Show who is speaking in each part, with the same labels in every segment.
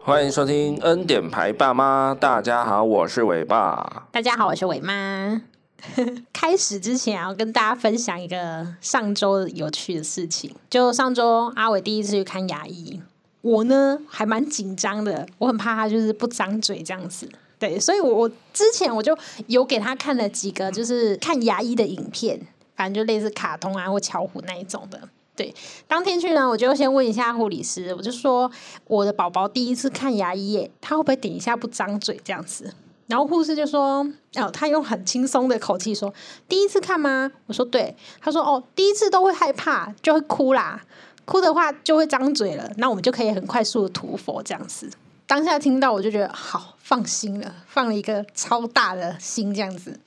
Speaker 1: 欢迎收听《恩典牌爸妈》，大家好，我是伟爸。
Speaker 2: 大家好，我是伟妈。 开始之前啊，要跟大家分享一个上周有趣的事情。就上周阿伟第一次去看牙医，我呢还蛮紧张的，我很怕他就是不张嘴这样子。对，所以我我之前我就有给他看了几个就是看牙医的影片，反正就类似卡通啊或巧虎那一种的。对，当天去呢，我就先问一下护理师，我就说我的宝宝第一次看牙医耶，他会不会顶一下不张嘴这样子？然后护士就说：“哦，他用很轻松的口气说，第一次看吗？”我说：“对。”他说：“哦，第一次都会害怕，就会哭啦，哭的话就会张嘴了，那我们就可以很快速的吐佛这样子。”当下听到我就觉得好放心了，放了一个超大的心这样子。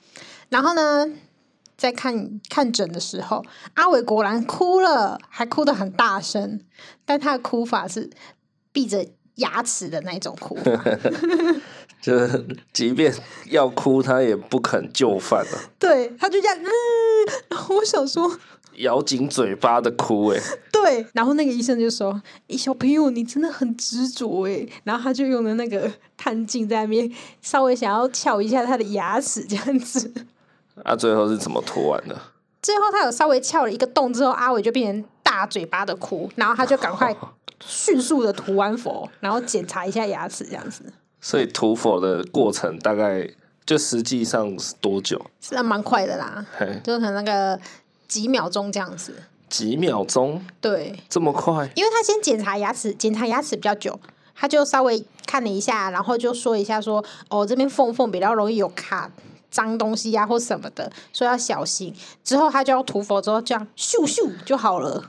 Speaker 2: 然后呢，在看看诊的时候，阿伟果然哭了，还哭得很大声，但他的哭法是闭着牙齿的那种哭法。
Speaker 1: 就是即便要哭，他也不肯就范了，
Speaker 2: 对，他就这样，嗯，然后我想说，
Speaker 1: 咬紧嘴巴的哭、欸。哎，
Speaker 2: 对，然后那个医生就说：“诶，小朋友，你真的很执着诶。”然后他就用了那个探镜在那边稍微想要撬一下他的牙齿，这样子。
Speaker 1: 啊，最后是怎么拖完的？
Speaker 2: 最后他有稍微撬了一个洞之后，阿伟就变成大嘴巴的哭，然后他就赶快迅速的涂完佛，然后检查一下牙齿，这样子
Speaker 1: 所以涂否的过程大概就实际上是多久？
Speaker 2: 是还蛮快的啦，
Speaker 1: 嘿，
Speaker 2: 就可能那个几秒钟这样子。
Speaker 1: 几秒钟
Speaker 2: 对，
Speaker 1: 这么快？
Speaker 2: 因为他先检查牙齿，检查牙齿比较久，他就稍微看了一下，然后就说一下说，哦，这边缝缝比较容易有卡脏东西啊呀、或什么的，所以要小心。之后他就要涂佛之后，这样咻咻就好了。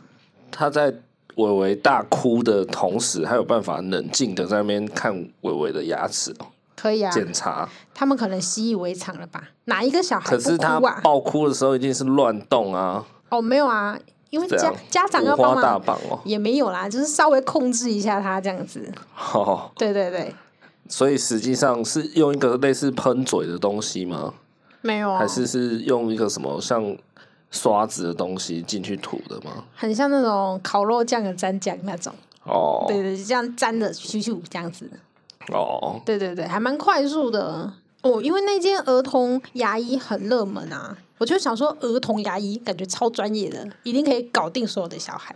Speaker 1: 他在伟伟大哭的同时，还有办法冷静的在那边看伟伟的牙齿哦
Speaker 2: 可以啊，
Speaker 1: 检查。
Speaker 2: 他们可能习以为常了吧？哪一个小孩
Speaker 1: 可是
Speaker 2: 不
Speaker 1: 他
Speaker 2: 哭啊？
Speaker 1: 爆哭的时候一定是乱动啊，
Speaker 2: 哦，没有啊，因为
Speaker 1: 这
Speaker 2: 家
Speaker 1: 样
Speaker 2: 家长要
Speaker 1: 五
Speaker 2: 帮
Speaker 1: 花大
Speaker 2: 忙，
Speaker 1: 绑哦。
Speaker 2: 也没有啦，就是稍微控制一下他这样子。
Speaker 1: 哦，
Speaker 2: 对对对，
Speaker 1: 所以实际上是用一个类似喷嘴的东西吗？
Speaker 2: 没有啊，
Speaker 1: 还是是用一个什么像刷子的东西进去吐的吗？
Speaker 2: 很像那种烤肉酱的蘸酱那种。
Speaker 1: 哦
Speaker 2: 对对，就这样粘着咻咻这样子。
Speaker 1: 哦，
Speaker 2: 对对对，还蛮快速的哦。因为那间儿童牙医很热门啊，我就想说儿童牙医感觉超专业的，一定可以搞定所有的小孩。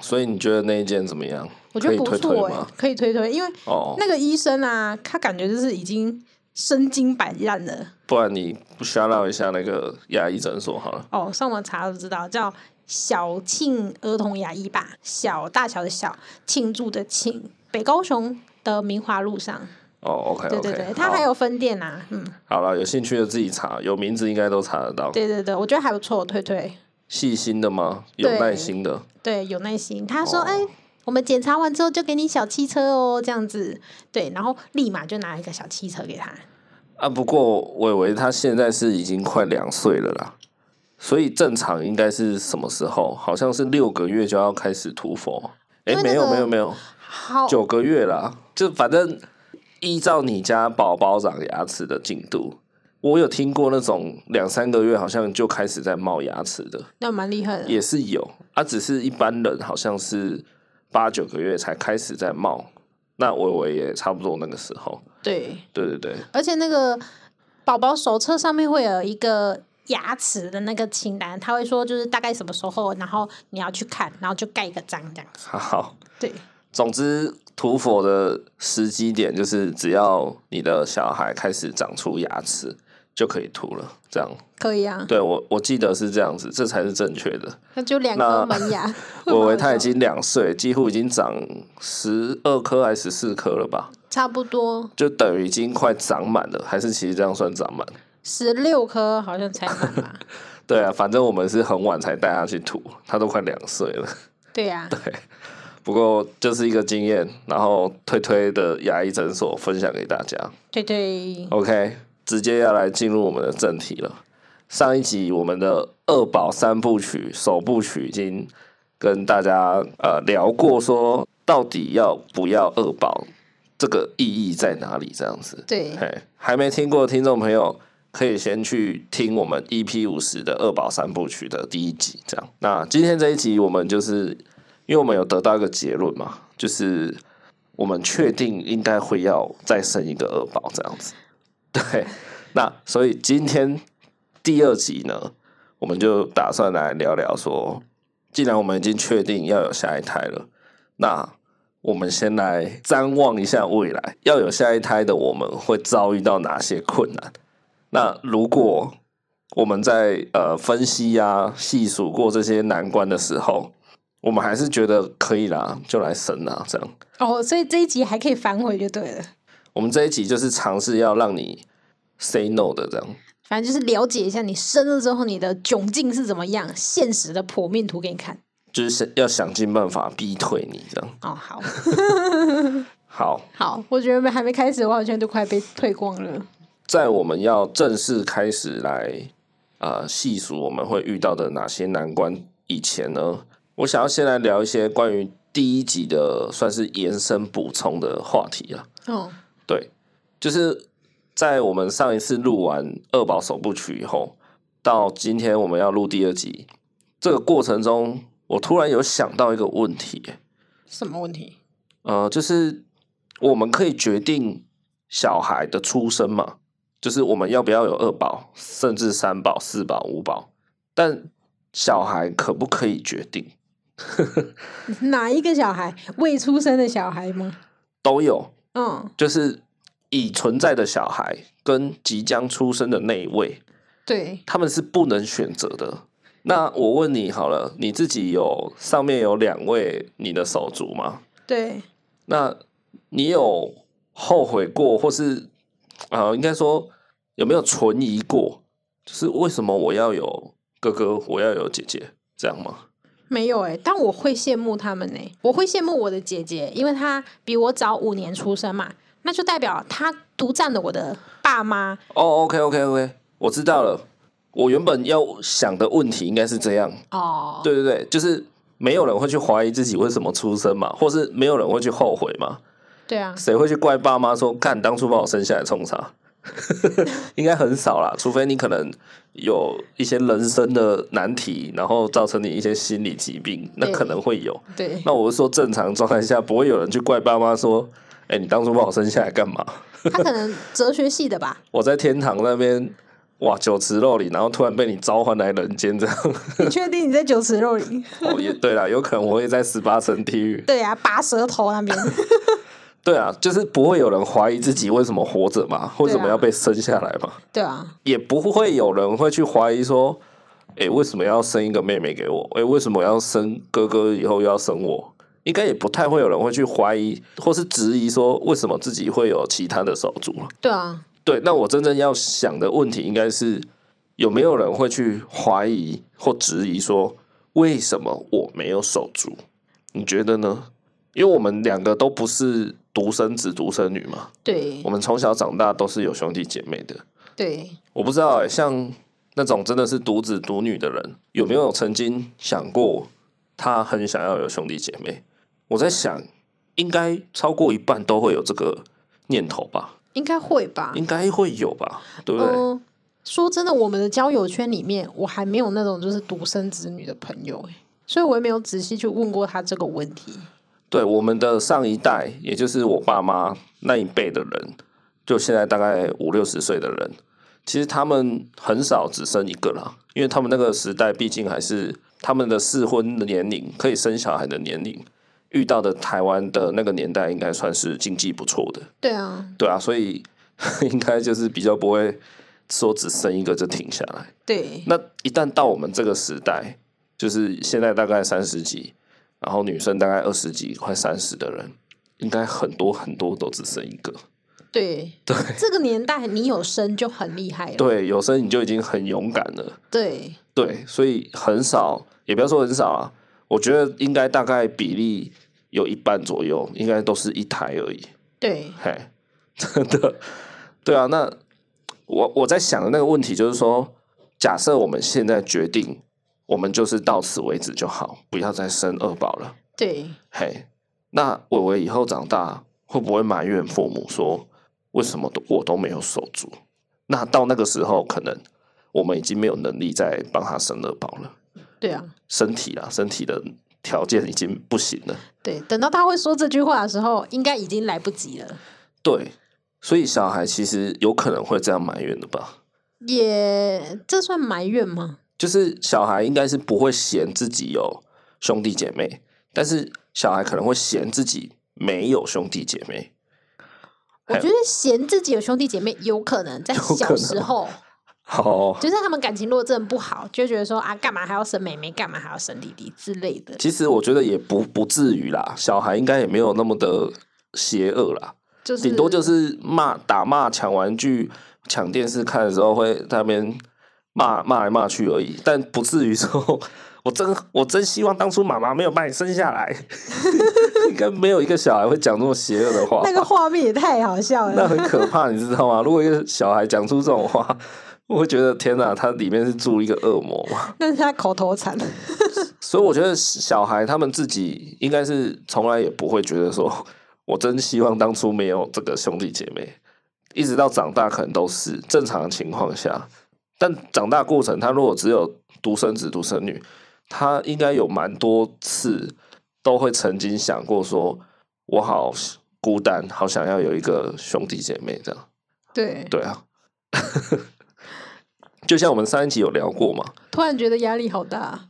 Speaker 1: 所以你觉得那一件怎么样？
Speaker 2: 我觉得
Speaker 1: 可以
Speaker 2: 不
Speaker 1: 推
Speaker 2: 错欸
Speaker 1: 推
Speaker 2: 哎、
Speaker 1: 吗？
Speaker 2: 可以推推，因为
Speaker 1: 哦，
Speaker 2: 那个医生啊，他感觉就是已经身经百战了。
Speaker 1: 不然你不需要绕一下那个牙医诊所好了。
Speaker 2: 哦，上网查就知道，叫小庆儿童牙医吧，小大小的小，庆祝的庆，北高雄的明华路上。
Speaker 1: 哦，OK
Speaker 2: 对
Speaker 1: OK，
Speaker 2: 对对，他还有分店啊，嗯，
Speaker 1: 好了，有兴趣的自己查，有名字应该都查得到。
Speaker 2: 对对对，我觉得还不错，推推。
Speaker 1: 细心的吗？有
Speaker 2: 对
Speaker 1: 耐心的。
Speaker 2: 对，有耐心。他说：“
Speaker 1: 哦
Speaker 2: 哎、我们检查完之后就给你小汽车哦，这样子。”对，然后立马就拿一个小汽车给他。
Speaker 1: 啊，不过伟伟他现在是已经快两岁了啦，所以正常应该是什么时候？好像是六个月就要开始涂佛。哎、
Speaker 2: 因为
Speaker 1: 没
Speaker 2: 那
Speaker 1: 有
Speaker 2: 个哦
Speaker 1: 没有没有，
Speaker 2: 好，
Speaker 1: 九个月啦。就反正依照你家宝宝长牙齿的进度，我有听过那种两三个月好像就开始在冒牙齿的，
Speaker 2: 那蛮厉害的。
Speaker 1: 也是有啊。只是一般人好像是八九个月才开始在冒，那伟伟也差不多那个时候。
Speaker 2: 对，
Speaker 1: 对对对，
Speaker 2: 而且那个宝宝手册上面会有一个牙齿的那个清单，他会说就是大概什么时候，然后你要去看，然后就盖一个章这样子。
Speaker 1: 好。
Speaker 2: 对，
Speaker 1: 总之，涂佛的时机点就是只要你的小孩开始长出牙齿就可以涂了。这样，
Speaker 2: 可以啊。
Speaker 1: 对我我记得是这样子，这才是正确的。
Speaker 2: 那就两颗门牙。
Speaker 1: 我以
Speaker 2: 会不
Speaker 1: 为
Speaker 2: 会
Speaker 1: 他已经两岁，几乎已经长十二颗还是十四颗了吧？
Speaker 2: 差不多
Speaker 1: 就等于已经快长满了，还是其实这样算长满？
Speaker 2: 十六颗，好像才满 吧？
Speaker 1: 对啊，反正我们是很晚才带他去涂，他都快两岁了。
Speaker 2: 对啊呀、
Speaker 1: 不过就是一个经验，然后推推的牙医诊所分享给大家。
Speaker 2: 对对，
Speaker 1: OK，直接要来进入我们的正题了。上一集我们的二宝三部曲首部曲已经跟大家呃聊过，说到底要不要二宝，这个意义在哪里？这样子，
Speaker 2: 对
Speaker 1: 嘿，还没听过的听众朋友可以先去听我们 EP 五十的二宝三部曲的第一集。这样，那今天这一集我们就是因为我们有得到一个结论嘛，就是我们确定应该会要再生一个二宝这样子。 对，那所以今天第二集呢，我们就打算来聊聊说，既然我们已经确定要有下一胎了，那我们先来瞻望一下未来，要有下一胎的我们会遭遇到哪些困难？那如果我们在呃分析啊、细数过这些难关的时候，我们还是觉得可以啦，就来生啦，这样。
Speaker 2: 哦，所以这一集还可以反悔就对了，
Speaker 1: 我们这一集就是尝试要让你 say no 的这样。
Speaker 2: 反正就是了解一下你生了之后你的窘境是怎么样，现实的剖面图给你看。
Speaker 1: 就是想要想尽办法逼退你这样。
Speaker 2: 哦，好
Speaker 1: 好，
Speaker 2: 好，我觉得还没开始，我好像都快被退光了。
Speaker 1: 在我们要正式开始来呃细数我们会遇到的哪些难关以前呢，我想要先来聊一些关于第一集的算是延伸补充的话题啊。
Speaker 2: 哦，
Speaker 1: 对，就是在我们上一次录完《二宝首部曲》以后，到今天我们要录第二集，这个过程中，我突然有想到一个问题、欸
Speaker 2: 什么问题？
Speaker 1: 呃，就是我们可以决定小孩的出生嘛，就是我们要不要有二宝，甚至三宝、四宝、五宝，但小孩可不可以决定
Speaker 2: 哪一个小孩？未出生的小孩吗？
Speaker 1: 都有，
Speaker 2: 嗯，
Speaker 1: 就是已存在的小孩跟即将出生的那一位，
Speaker 2: 对，
Speaker 1: 他们是不能选择的。那我问你好了，你自己有上面有两位你的手足吗？
Speaker 2: 对，
Speaker 1: 那你有后悔过，或是呃，应该说有没有存疑过？就是为什么我要有哥哥，我要有姐姐，这样吗？
Speaker 2: 没有哎、但我会羡慕他们呢、欸我会羡慕我的姐姐，因为她比我早五年出生嘛，那就代表她独占了我的爸妈。
Speaker 1: 哦、o k o k o k 我知道了。我原本要想的问题应该是这样，
Speaker 2: 哦，
Speaker 1: 对对对，就是没有人会去怀疑自己为什么出生嘛，或是没有人会去后悔嘛，
Speaker 2: 对啊，
Speaker 1: 谁会去怪爸妈说干当初把我生下来冲啥？ 应该很少啦，除非你可能有一些人生的难题，然后造成你一些心理疾病，那
Speaker 2: 对
Speaker 1: 可能会有。
Speaker 2: 对，
Speaker 1: 那我是说正常状态下，不会有人去怪爸妈说：“哎、你当初把我生下来干嘛
Speaker 2: 她可能哲学系的 吧？”？
Speaker 1: 我在天堂那边哇酒池肉林，然后突然被你召唤来人间， 这样
Speaker 2: 你确定你在酒池肉林？
Speaker 1: 哦也对啦，有可能我会在十八层地狱。
Speaker 2: 对啊，拔舌头那 边。
Speaker 1: 对啊，就是不会有人怀疑自己为什么活着嘛，为什么
Speaker 2: 对啊
Speaker 1: 要被生下来嘛。
Speaker 2: 对啊，
Speaker 1: 也不会有人会去怀疑说，诶，为什么要生一个妹妹给我？诶，为什么要生哥哥？以后又要生我？应该也不太会有人会去怀疑或是质疑说，为什么自己会有其他的手足了？
Speaker 2: 对啊，
Speaker 1: 对，那我真正要想的问题应该是，有没有人会去怀疑或质疑说，为什么我没有手足？你觉得呢？因为我们两个都不是独生子、独生女嘛，
Speaker 2: 对
Speaker 1: 我们从小长大都是有兄弟姐妹的。
Speaker 2: 对，
Speaker 1: 我不知道、欸，像那种真的是独子独女的人，有没有曾经想过他很想要有兄弟姐妹？我在想，应该超过一半都会有这个念头吧，
Speaker 2: 应该会吧？
Speaker 1: 应该会有吧，对不对？
Speaker 2: 嗯，说真的，我们的交友圈里面，我还没有那种就是独生子女的朋友、欸，所以我也没有仔细去问过他这个问题。
Speaker 1: 对，我们的上一代，也就是我爸妈那一辈的人，就现在大概五六十岁的人，其实他们很少只生一个啦，因为他们那个时代毕竟还是他们的适婚的年龄，可以生小孩的年龄，遇到的台湾的那个年代应该算是经济不错的，
Speaker 2: 对啊，
Speaker 1: 对啊，所以 应该就是比较不会说只生一个就停下来。
Speaker 2: 对
Speaker 1: 那一旦到我们这个时代，就是现在大概三十几，然后女生大概二十几，快三十的人，应该很多很多都只生一个。
Speaker 2: 对对，这个年代你有生就很厉害了。
Speaker 1: 对，有生你就已经很勇敢了。
Speaker 2: 对
Speaker 1: 对，所以很少，也不要说很少啊，我觉得应该大概比例有一半左右，应该都是一台而已。
Speaker 2: 对
Speaker 1: 嘿， 真的，对啊。那我我在想的那个问题就是说，假设我们现在决定，我们就是到此为止就好，不要再生二宝了。
Speaker 2: 对
Speaker 1: 嘿，那伟伟以后长大会不会埋怨父母说，为什么都我都没有手足？那到那个时候，可能我们已经没有能力再帮他生二宝了，
Speaker 2: 对啊，
Speaker 1: 身体啦，身体的条件已经不行了。
Speaker 2: 对，等到他会说这句话的时候，应该已经来不及了。
Speaker 1: 对，所以小孩其实有可能会这样埋怨的吧？
Speaker 2: 也，这算埋怨吗？
Speaker 1: 就是小孩应该是不会嫌自己有兄弟姐妹，但是小孩可能会嫌自己没有兄弟姐妹。
Speaker 2: 我
Speaker 1: 还有
Speaker 2: 觉得嫌自己有兄弟姐妹，有可能在
Speaker 1: 有可
Speaker 2: 小
Speaker 1: 能
Speaker 2: 时候，
Speaker 1: 哦，
Speaker 2: 就是他们感情落正不好，就会觉得说啊，干嘛还要生妹妹，干嘛还要生弟弟之类的。
Speaker 1: 其实我觉得也不不至于啦，小孩应该也没有那么的邪恶啦，
Speaker 2: 就是
Speaker 1: 顶多就是骂打骂、抢玩具、抢电视看的时候会在那边骂骂来骂去而已，但不至于说我真 我真希望当初妈妈没有把你生下来， 应该没有一个小孩会讲这么邪恶的话吧。
Speaker 2: 那个画面也太好笑
Speaker 1: 那
Speaker 2: 了。
Speaker 1: 很可怕，你知道吗？如果一个小孩讲出这种话， 我会觉得天哪，他里面是住一个恶魔 嘛。
Speaker 2: 那是他口头禅，
Speaker 1: 所以我觉得小孩他们自己应该是从来也不会觉得说，我真希望当初没有这个兄弟姐妹，一直到长大可能都是正常的情况下。但长大过程，他如果只有独生子、独生女，他应该有蛮多次都会曾经想过说，我好孤单，好想要有一个兄弟姐妹这样。
Speaker 2: 对，
Speaker 1: 对啊， 就像我们上一集有聊过嘛，
Speaker 2: 突然觉得压力好大。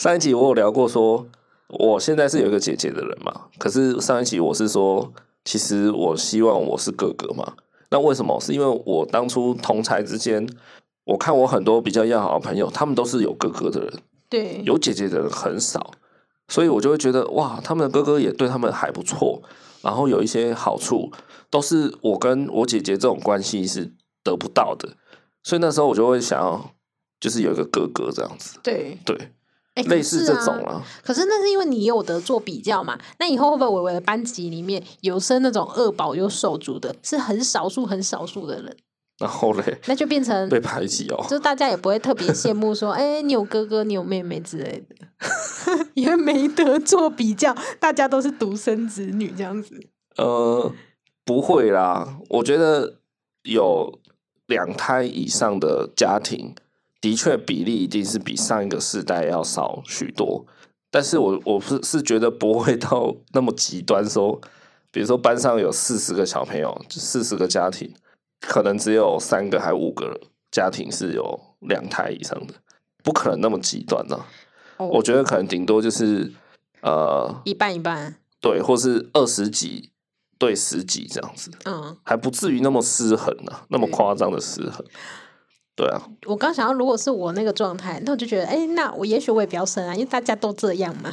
Speaker 1: 上一集我有聊过说，我现在是有一个姐姐的人嘛，可是上一集我是说，其实我希望我是哥哥嘛。那为什么？是因为我当初同才之间，我看我很多比较要好的朋友，他们都是有哥哥的人，
Speaker 2: 对，
Speaker 1: 有姐姐的人很少，所以我就会觉得哇，他们的哥哥也对他们还不错，然后有一些好处都是我跟我姐姐这种关系是得不到的，所以那时候我就会想要就是有一个哥哥这样子，
Speaker 2: 对，
Speaker 1: 对，
Speaker 2: 哎
Speaker 1: 类似这种。
Speaker 2: 可是啊
Speaker 1: 啊，
Speaker 2: 可是那是因为你有的做比较嘛，那以后会不会伟伟的班级里面有生那种二宝有手足的，是很少数很少数的人，
Speaker 1: 然后 嘞
Speaker 2: 那就变成
Speaker 1: 被排挤哦，
Speaker 2: 就大家也不会特别羡慕说，哎、你有哥哥，你有妹妹之类的， 因为没得做比较，大家都是独生子女这样子。
Speaker 1: 呃，不会啦，我觉得有两胎以上的家庭，的确比例一定是比上一个世代要少许多。但是我我是是觉得不会到那么极端说，比如说班上有四十个小朋友，四十个家庭，可能只有三个还五个家庭是有两胎以上的，不可能那么极端呢、啊
Speaker 2: 哦
Speaker 1: 我觉得可能顶多就是呃
Speaker 2: 一半一半，
Speaker 1: 对，或是二十几对十几这样子，
Speaker 2: 嗯，
Speaker 1: 还不至于那么失衡啊，那么
Speaker 2: 对
Speaker 1: 夸张的失衡。对啊，
Speaker 2: 我刚想要，如果是我那个状态，那我就觉得，哎、那我也许我也不要生啊，因为大家都这样嘛，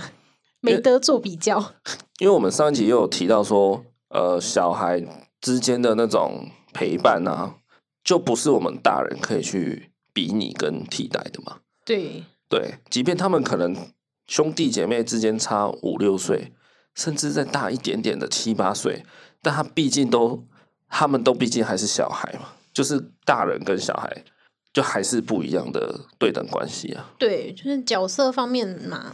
Speaker 2: 没得做比较。
Speaker 1: 因为我们上一集也有提到说，呃，小孩之间的那种陪伴啊，就不是我们大人可以去比拟跟替代的嘛。
Speaker 2: 对，
Speaker 1: 对，即便他们可能兄弟姐妹之间差五六岁，甚至再大一点点的七八岁，但他毕竟都，他们都毕竟还是小孩嘛，就是大人跟小孩就还是不一样的对等关系啊。
Speaker 2: 对，就是角色方面嘛，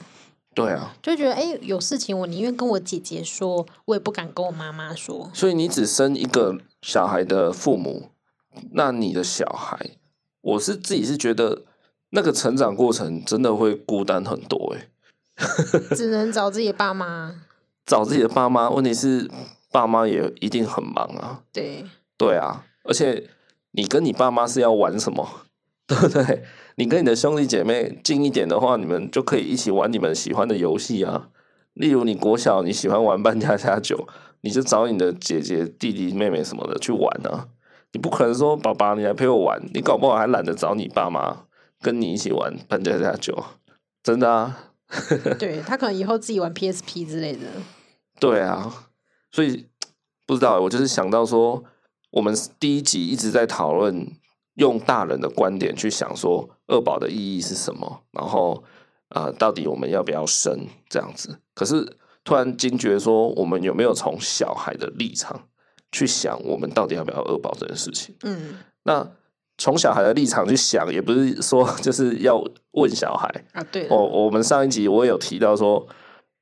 Speaker 1: 对啊，
Speaker 2: 就觉得哎、诶有事情我宁愿跟我姐姐说，我也不敢跟我妈妈说。
Speaker 1: 所以你只生一个小孩的父母，那你的小孩，我是自己是觉得那个成长过程真的会孤单很多诶、 欸
Speaker 2: 只能找自己爸妈。
Speaker 1: 找自己的爸妈，问题是爸妈也一定很忙啊。
Speaker 2: 对，
Speaker 1: 对啊，而且你跟你爸妈是要玩什么， 对不对？你跟你的兄弟姐妹近一点的话，你们就可以一起玩你们喜欢的游戏啊。例如，你国小你喜欢玩扮家家酒，你就找你的姐姐、弟弟、妹妹什么的去玩啊。你不可能说爸爸，你来陪我玩，你搞不好还懒得找你爸妈跟你一起玩扮家家酒，真的啊。
Speaker 2: 对他可能以后自己玩 PSP 之类的。
Speaker 1: 对啊，所以不知道欸，我就是想到说，我们第一集一直在讨论用大人的观点去想说二宝的意义是什么，然后呃，到底我们要不要生这样子？可是突然惊觉说，我们有没有从小孩的立场去想，我们到底要不要二宝这件事情？
Speaker 2: 嗯，
Speaker 1: 那从小孩的立场去想，也不是说就是要问小孩，
Speaker 2: 啊，对了，
Speaker 1: 我哦我们上一集我也有提到说，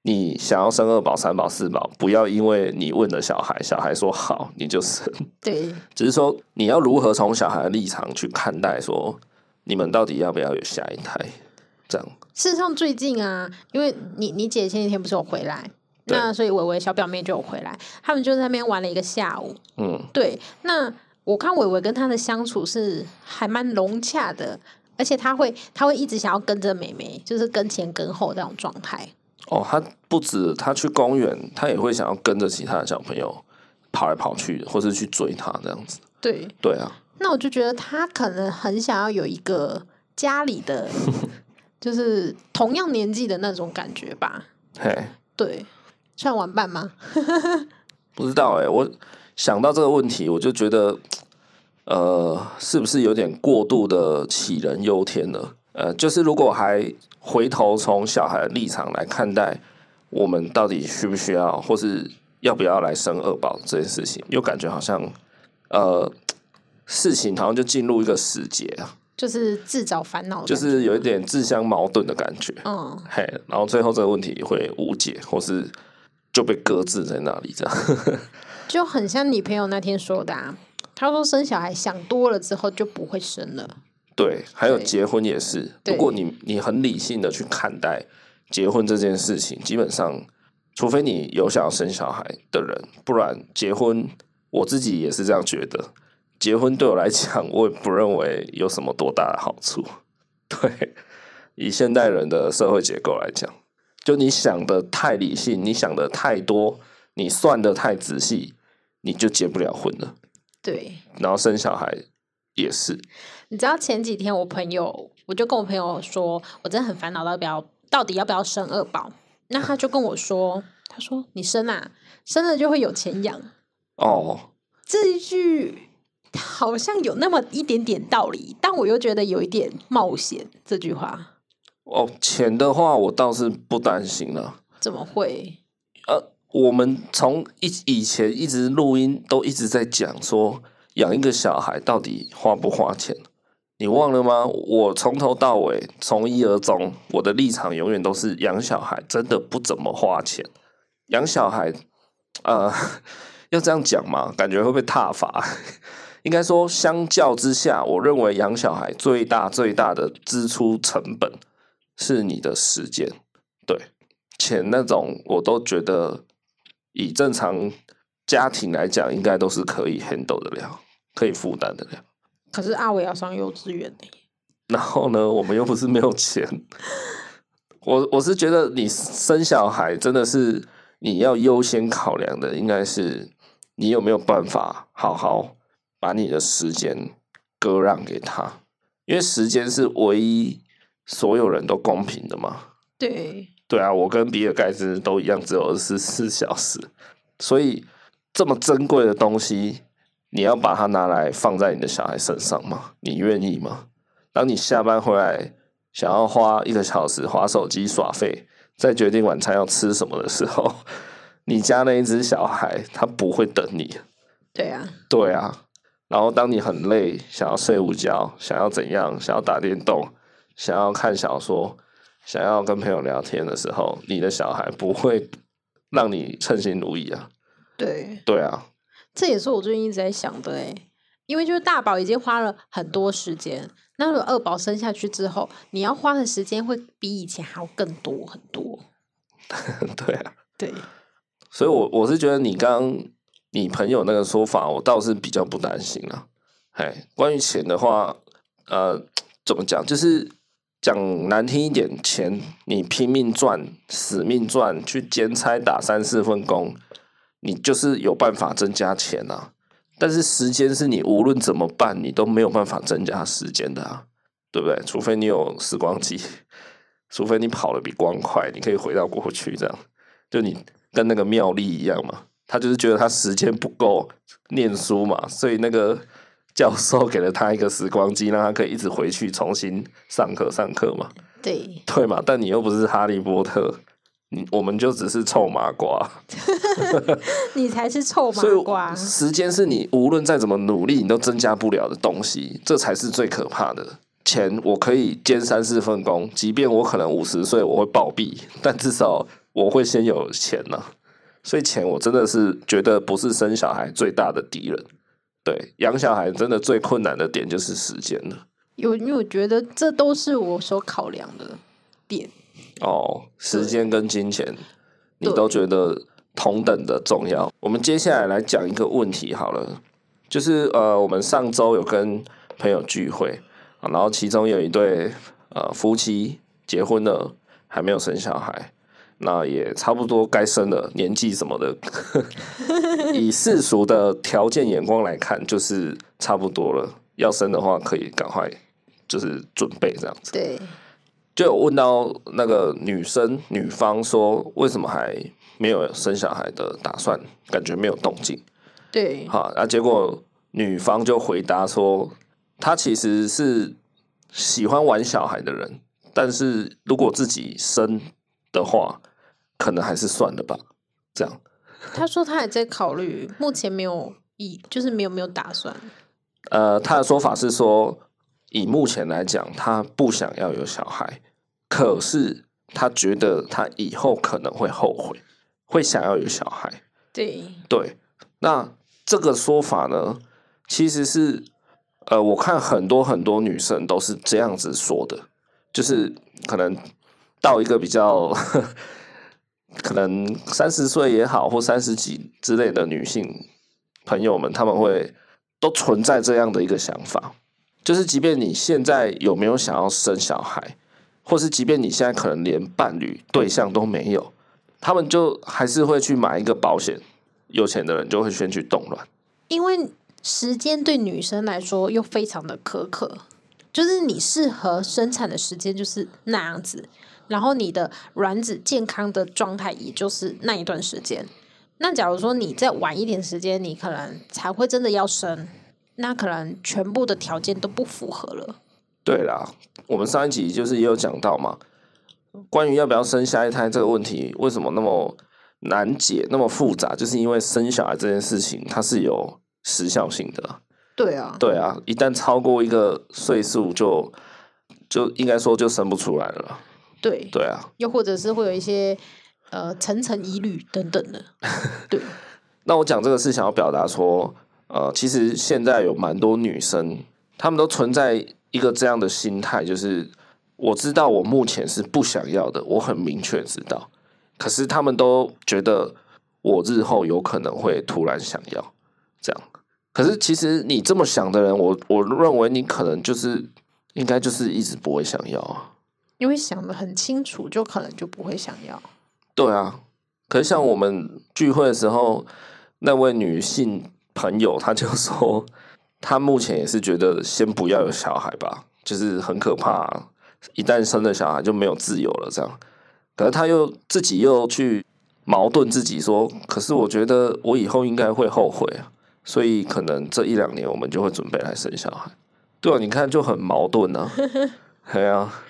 Speaker 1: 你想要生二宝、三宝、四宝，不要因为你问了小孩，小孩说好你就生，
Speaker 2: 对
Speaker 1: 只是说你要如何从小孩的立场去看待说，你们到底要不要有下一胎？这样。
Speaker 2: 事实上，最近啊，因为你你姐前几天不是有回来，
Speaker 1: 对
Speaker 2: 那所以伟伟小表妹就有回来，他们就在那边玩了一个下午。
Speaker 1: 嗯，
Speaker 2: 对，那我看伟伟跟他的相处是还蛮融洽的，而且他会他会一直想要跟着妹妹，就是跟前跟后这种状态。
Speaker 1: 哦，他不止他去公园，他也会想要跟着其他的小朋友跑来跑去，或是去追他这样子。
Speaker 2: 对，
Speaker 1: 对啊，
Speaker 2: 那我就觉得他可能很想要有一个家里 的，就是同样年纪的那种感觉吧。
Speaker 1: 嘿，
Speaker 2: 对，算玩伴吗？
Speaker 1: 不知道哎、我想到这个问题，我就觉得，呃，是不是有点过度的杞人忧天了？呃，就是如果还回头从小孩的立场来看待，我们到底需不需要，或是要不要来生二宝这件事情，又感觉好像，呃，事情好像就进入一个死结啊，
Speaker 2: 就是自找烦恼的
Speaker 1: 就
Speaker 2: 感觉，
Speaker 1: 是有一点自相矛盾的感觉。
Speaker 2: 嗯，
Speaker 1: 嘿，然后最后这个问题会无解，或是就被搁置在那里这样。
Speaker 2: 就很像你朋友那天说的、啊，他说生小孩想多了之后就不会生了。
Speaker 1: 对，还有
Speaker 2: 对
Speaker 1: 结婚也是。
Speaker 2: 对
Speaker 1: 如果你你很理性的去看待结婚这件事情，基本上，除非你有想要生小孩的人，不然结婚，我自己也是这样觉得。结婚对我来讲，我也不认为有什么多大的好处。对，以现代人的社会结构来讲，就你想的太理性，你想的太多，你算的太仔细，你就结不了婚了。
Speaker 2: 对，
Speaker 1: 然后生小孩也是，
Speaker 2: 你知道前几天我朋友，我就跟我朋友说，我真的很烦恼，到底要到底要不要生二宝？那他就跟我说，他说你生啊，生了就会有钱养。
Speaker 1: 哦，
Speaker 2: 这一句好像有那么一点点道理，但我又觉得有一点冒险。这句话
Speaker 1: 哦，钱的话我倒是不担心了。
Speaker 2: 怎么会？
Speaker 1: 呃，我们从以以前一直录音都一直在讲说，养一个小孩到底花不花钱？你忘了吗？我从头到尾从一而终，我的立场永远都是养小孩真的不怎么花钱。养小孩，呃， 要这样讲吗？感觉会被踏伐。 应该说，相较之下，我认为养小孩最大最大的支出成本是你的时间。对，钱那种我都觉得，以正常家庭来讲，应该都是可以 handle 得了，可以负担得了。
Speaker 2: 可是阿伟要上幼稚园呢、
Speaker 1: 然后呢，我们又不是没有钱。我我是觉得你生小孩真的是你要优先考量的，应该是你有没有办法好好把你的时间割让给他，因为时间是唯一所有人都公平的嘛。
Speaker 2: 对，
Speaker 1: 对啊，我跟比尔盖茨都一样，只有二十四小时，所以这么珍贵的东西，你要把它拿来放在你的小孩身上吗？你愿意吗？当你下班回来，想要花一个小时划手机耍废，再决定晚餐要吃什么的时候， 你家那一只小孩他不会等你。
Speaker 2: 对啊，
Speaker 1: 对啊，然后当你很累，想要睡午觉，想要怎样，想要打电动，想要看小说，想要跟朋友聊天的时候，你的小孩不会 让你称心如意啊。
Speaker 2: 对，
Speaker 1: 对啊，
Speaker 2: 这也是我最近一直在想的哎、因为就是大宝已经花了很多时间，那如果二宝生下去之后，你要花的时间会比以前还要更多很多。
Speaker 1: 对啊，
Speaker 2: 对，
Speaker 1: 所以我我是觉得你刚你朋友那个说法，我倒是比较不担心啊。哎，关于钱的话，呃，怎么讲？就是讲难听一点，钱你拼命赚、死命赚，去兼差打三四份工，你就是有办法增加钱啊。但是时间是你无论怎么办，你都没有办法增加时间的啊，对不对？除非你有时光机，除非你跑得比光快，你可以回到过去这样。就你跟那个妙丽一样嘛，他就是觉得他时间不够念书嘛，所以那个教授给了他一个时光机，让他可以一直回去重新上课上课嘛，
Speaker 2: 对，
Speaker 1: 对嘛？但你又不是哈利波特，你我们就只是臭麻瓜，
Speaker 2: 你才是臭麻
Speaker 1: 所
Speaker 2: 瓜
Speaker 1: 以。时间是你无论再怎么努力，你都增加不了的东西，这才是最可怕的。钱我可以兼三四份工，即便我可能五十岁我会暴毙，但至少我会先有钱呢、所以钱我真的是觉得不是生小孩最大的敌人，对，养小孩真的最困难的点就是时间了。
Speaker 2: 有，因为我觉得这都是我所考量的。变。
Speaker 1: 哦，时间跟金钱，你都觉得同等的重要。我们接下来来讲一个问题好了，就是呃，我们上周有跟朋友聚会，啊然后其中有一对呃夫妻结婚了，还没有生小孩，那也差不多该生了，年纪什么的， 以世俗的条件眼光来看，就是差不多了。要生的话，可以赶快就是准备这样子。
Speaker 2: 对，
Speaker 1: 就有问到那个女生女方说，为什么还没有生小孩的打算？感觉没有动静。
Speaker 2: 对，
Speaker 1: 哈，啊，结果女方就回答说，她其实是喜欢玩小孩的人，但是如果自己生的话，可能还是算了吧。这样，
Speaker 2: 他说他还在考虑，目前没有意，就是没有没有打算。
Speaker 1: 呃，她的说法是说，以目前来讲，她不想要有小孩，可是她觉得她以后可能会后悔，会想要有小孩。
Speaker 2: 对，
Speaker 1: 对，那这个说法呢，其实是呃，我看很多很多女生都是这样子说的，就是可能到一个比较可能三十岁也好，或三十几之类的女性朋友们，她们会都存在这样的一个想法，就是即便你现在有没有想要生小孩，或是即便你现在可能连伴侣对象都没有，他们就还是会去买一个保险。有钱的人就会先去动乱，
Speaker 2: 因为时间对女生来说又非常的苛刻，就是你适合生产的时间就是那样子，然后你的卵子健康的状态也就是那一段时间。那假如说你再晚一点时间，你可能才会真的要生，那可能全部的条件都不符合了。
Speaker 1: 对啦，我们上一集就是也有讲到嘛，关于要不要生下一胎这个问题，为什么那么难解、那么复杂，就是因为生小孩这件事情它是有时效性的。
Speaker 2: 对啊，
Speaker 1: 对啊，一旦超过一个岁数就，就应该说就生不出来了。
Speaker 2: 对，
Speaker 1: 对啊，
Speaker 2: 又或者是会有一些呃层层疑虑等等 的，对，
Speaker 1: 那我讲这个是想要表达说，呃，其实现在有蛮多女生，她们都存在一个这样的心态，就是我知道我目前是不想要的，我很明确知道，可是她们都觉得我日后有可能会突然想要这样。可是其实你这么想的人，我我认为你可能就是应该就是一直不会想要啊。
Speaker 2: 因为想的很清楚，就可能就不会想要。
Speaker 1: 对啊，可是像我们聚会的时候，那位女性朋友她就说，她目前也是觉得先不要有小孩吧，就是很可怕、啊一旦生了小孩就没有自由了这样。可是她又自己又去矛盾自己说，可是我觉得我以后应该会后悔啊，所以可能这一两年我们就会准备来生小孩。对啊，你看就很矛盾啊。对啊，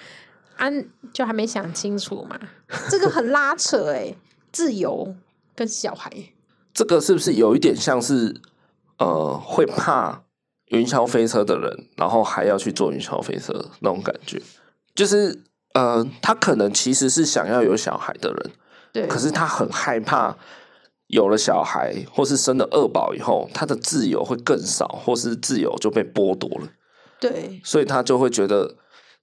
Speaker 2: 啊，就还没想清楚嘛， 这个很拉扯哎、自由跟小孩，
Speaker 1: 这个是不是有一点像是呃会怕云霄飞车的人，然后还要去坐云霄飞车那种感觉？就是呃，他可能其实是想要有小孩的人，
Speaker 2: 对，
Speaker 1: 可是他很害怕有了小孩或是生了二宝以后，他的自由会更少，或是自由就被剥夺了，
Speaker 2: 对，
Speaker 1: 所以他就会觉得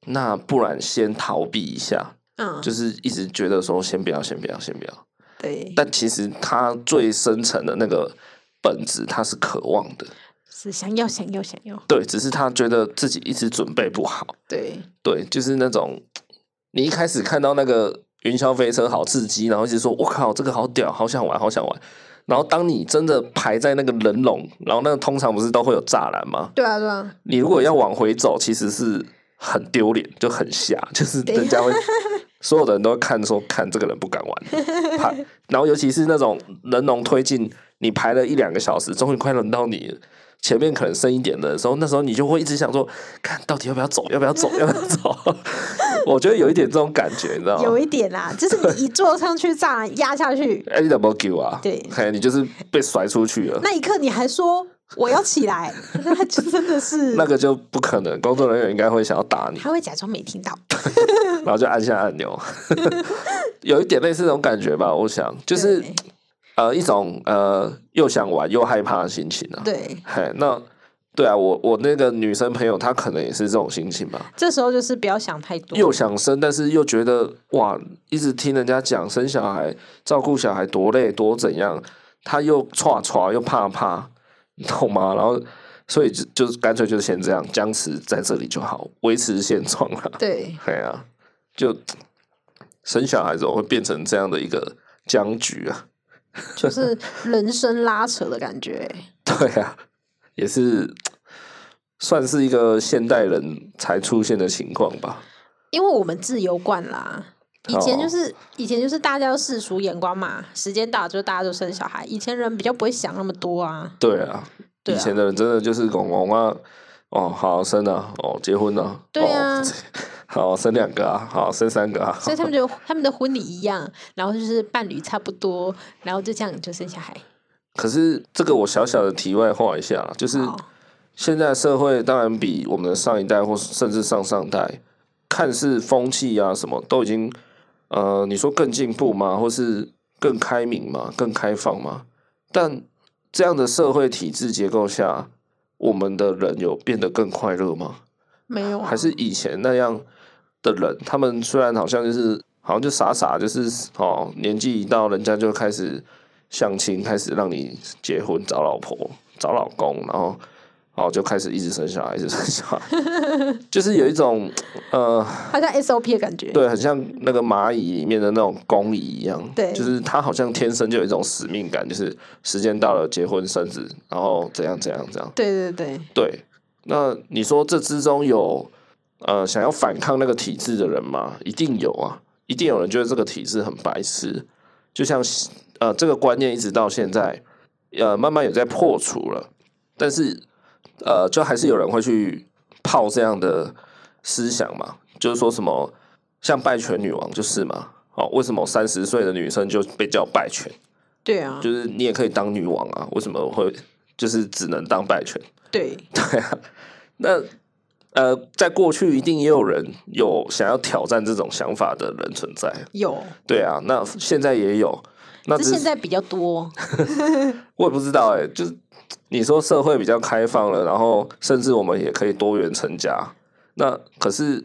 Speaker 1: 那不然先逃避一下，
Speaker 2: 嗯，
Speaker 1: 就是一直觉得说先不要，先不要，先不要。
Speaker 2: 对，
Speaker 1: 但其实他最深层的那个本质，他是渴望的，
Speaker 2: 是想要想要想要，
Speaker 1: 对，只是他觉得自己一直准备不好，
Speaker 2: 对，
Speaker 1: 对，就是那种你一开始看到那个云霄飞车好刺激，然后一直说“我靠，这个好屌，好想玩，好想玩”，然后当你真的排在那个人龙，然后那个通常不是都会有栅栏吗？
Speaker 2: 对啊，对啊，
Speaker 1: 你如果要往回走，其实是很丢脸，就很瞎，就是
Speaker 2: 对
Speaker 1: 人家会所有的人都会看说看这个人不敢 玩，怕。然后尤其是那种人龙推进，你排了一两个小时，终于快轮到你了前面可能深一点的时候，那时候你就会一直想说，看到底要不要走，要不要走，要不要走？ 我觉得有一点这种感觉，你知道吗
Speaker 2: 有？一点 啦，就是你一坐上去栅栏压下去，
Speaker 1: 哎，你怎么给啊？
Speaker 2: 对
Speaker 1: 嘿，你就是被甩出去了。
Speaker 2: 那一刻你还说我要起来， 那就真的是
Speaker 1: 那，个就不可能，工作人员应该会想要打你。
Speaker 2: 他会假装没听到，
Speaker 1: 然后就按下按 钮，有一点类似那种感觉吧。我想就是
Speaker 2: 对
Speaker 1: 呃一种呃又想玩又害怕的心情啊。
Speaker 2: 对
Speaker 1: 嘿，那对啊，我我那个女生朋友她可能也是这种心情吧，
Speaker 2: 这时候就是不要想太多，
Speaker 1: 又想生，但是又觉得哇，一直听人家讲生小孩、照顾小孩多累多怎样，她又歘歘又怕怕，你懂吗？然后所以就就是干脆就是先这样僵持在这里就好，维持现状了。
Speaker 2: 对，
Speaker 1: 哎呀、就生小孩怎么会变成这样的一个僵局啊？
Speaker 2: 就是人生拉扯的感觉。
Speaker 1: 对啊，也是算是一个现代人才出现的情况吧。
Speaker 2: 因为我们自由惯啦，以前
Speaker 1: 哦
Speaker 2: 就是、以前就是大家都世俗眼光嘛，时间到了就大家都生小孩，以前人比较不会想那么多啊。
Speaker 1: 对啊，
Speaker 2: 对
Speaker 1: 以
Speaker 2: 啊
Speaker 1: 前的人真的就是拱拱啊，哦，好生啊，哦，结婚啊，
Speaker 2: 对啊
Speaker 1: 哦，好生两个啊，好生三个啊，
Speaker 2: 所以他们就他们的婚礼一样，然后就是伴侣差不多，然后就这样就生小孩。
Speaker 1: 可是这个我小小的题外话一下啦，就是
Speaker 2: 好，
Speaker 1: 现在社会当然比我们的上一代或甚至上上代，看似风气啊什么都已经，呃，你说更进步吗？或是更开明吗？更开放吗？但这样的社会体制结构下，我们的人有变得更快乐吗？
Speaker 2: 没有啊
Speaker 1: 还是以前那样的人，他们虽然好像就是好像就傻傻，就是哦，年纪一到，人家就开始相亲，开始让你结婚、找老婆、找老公，然后哦就开始一直生小孩，一直生小孩， 就是有一种呃，
Speaker 2: 好像 SOP 的感觉。
Speaker 1: 对，很像那个蚂蚁里面的那种工蚁一样，
Speaker 2: 对
Speaker 1: 就是他好像天生就有一种使命感，就是时间到了，结婚生子，然后怎样怎样怎样。
Speaker 2: 对对对，
Speaker 1: 对，那你说这之中有呃想要反抗那个体制的人吗？一定有啊，一定有人觉得这个体制很白痴，就像呃这个观念一直到现在，呃慢慢有在破除了，但是呃就还是有人会去泡这样的思想嘛，就是说什么像拜权女王就是嘛。哦，为什么三十岁的女生就被叫拜权？
Speaker 2: 对啊，
Speaker 1: 就是你也可以当女王啊，为什么会就是只能当拜权？
Speaker 2: 对
Speaker 1: 对啊，那呃，在过去一定也有人有想要挑战这种想法的人存在，
Speaker 2: 有，
Speaker 1: 对啊，那现在也有，那
Speaker 2: 这
Speaker 1: 只是
Speaker 2: 现在比较多。
Speaker 1: 我也不知道哎、就是你说社会比较开放了，然后甚至我们也可以多元成家，那可是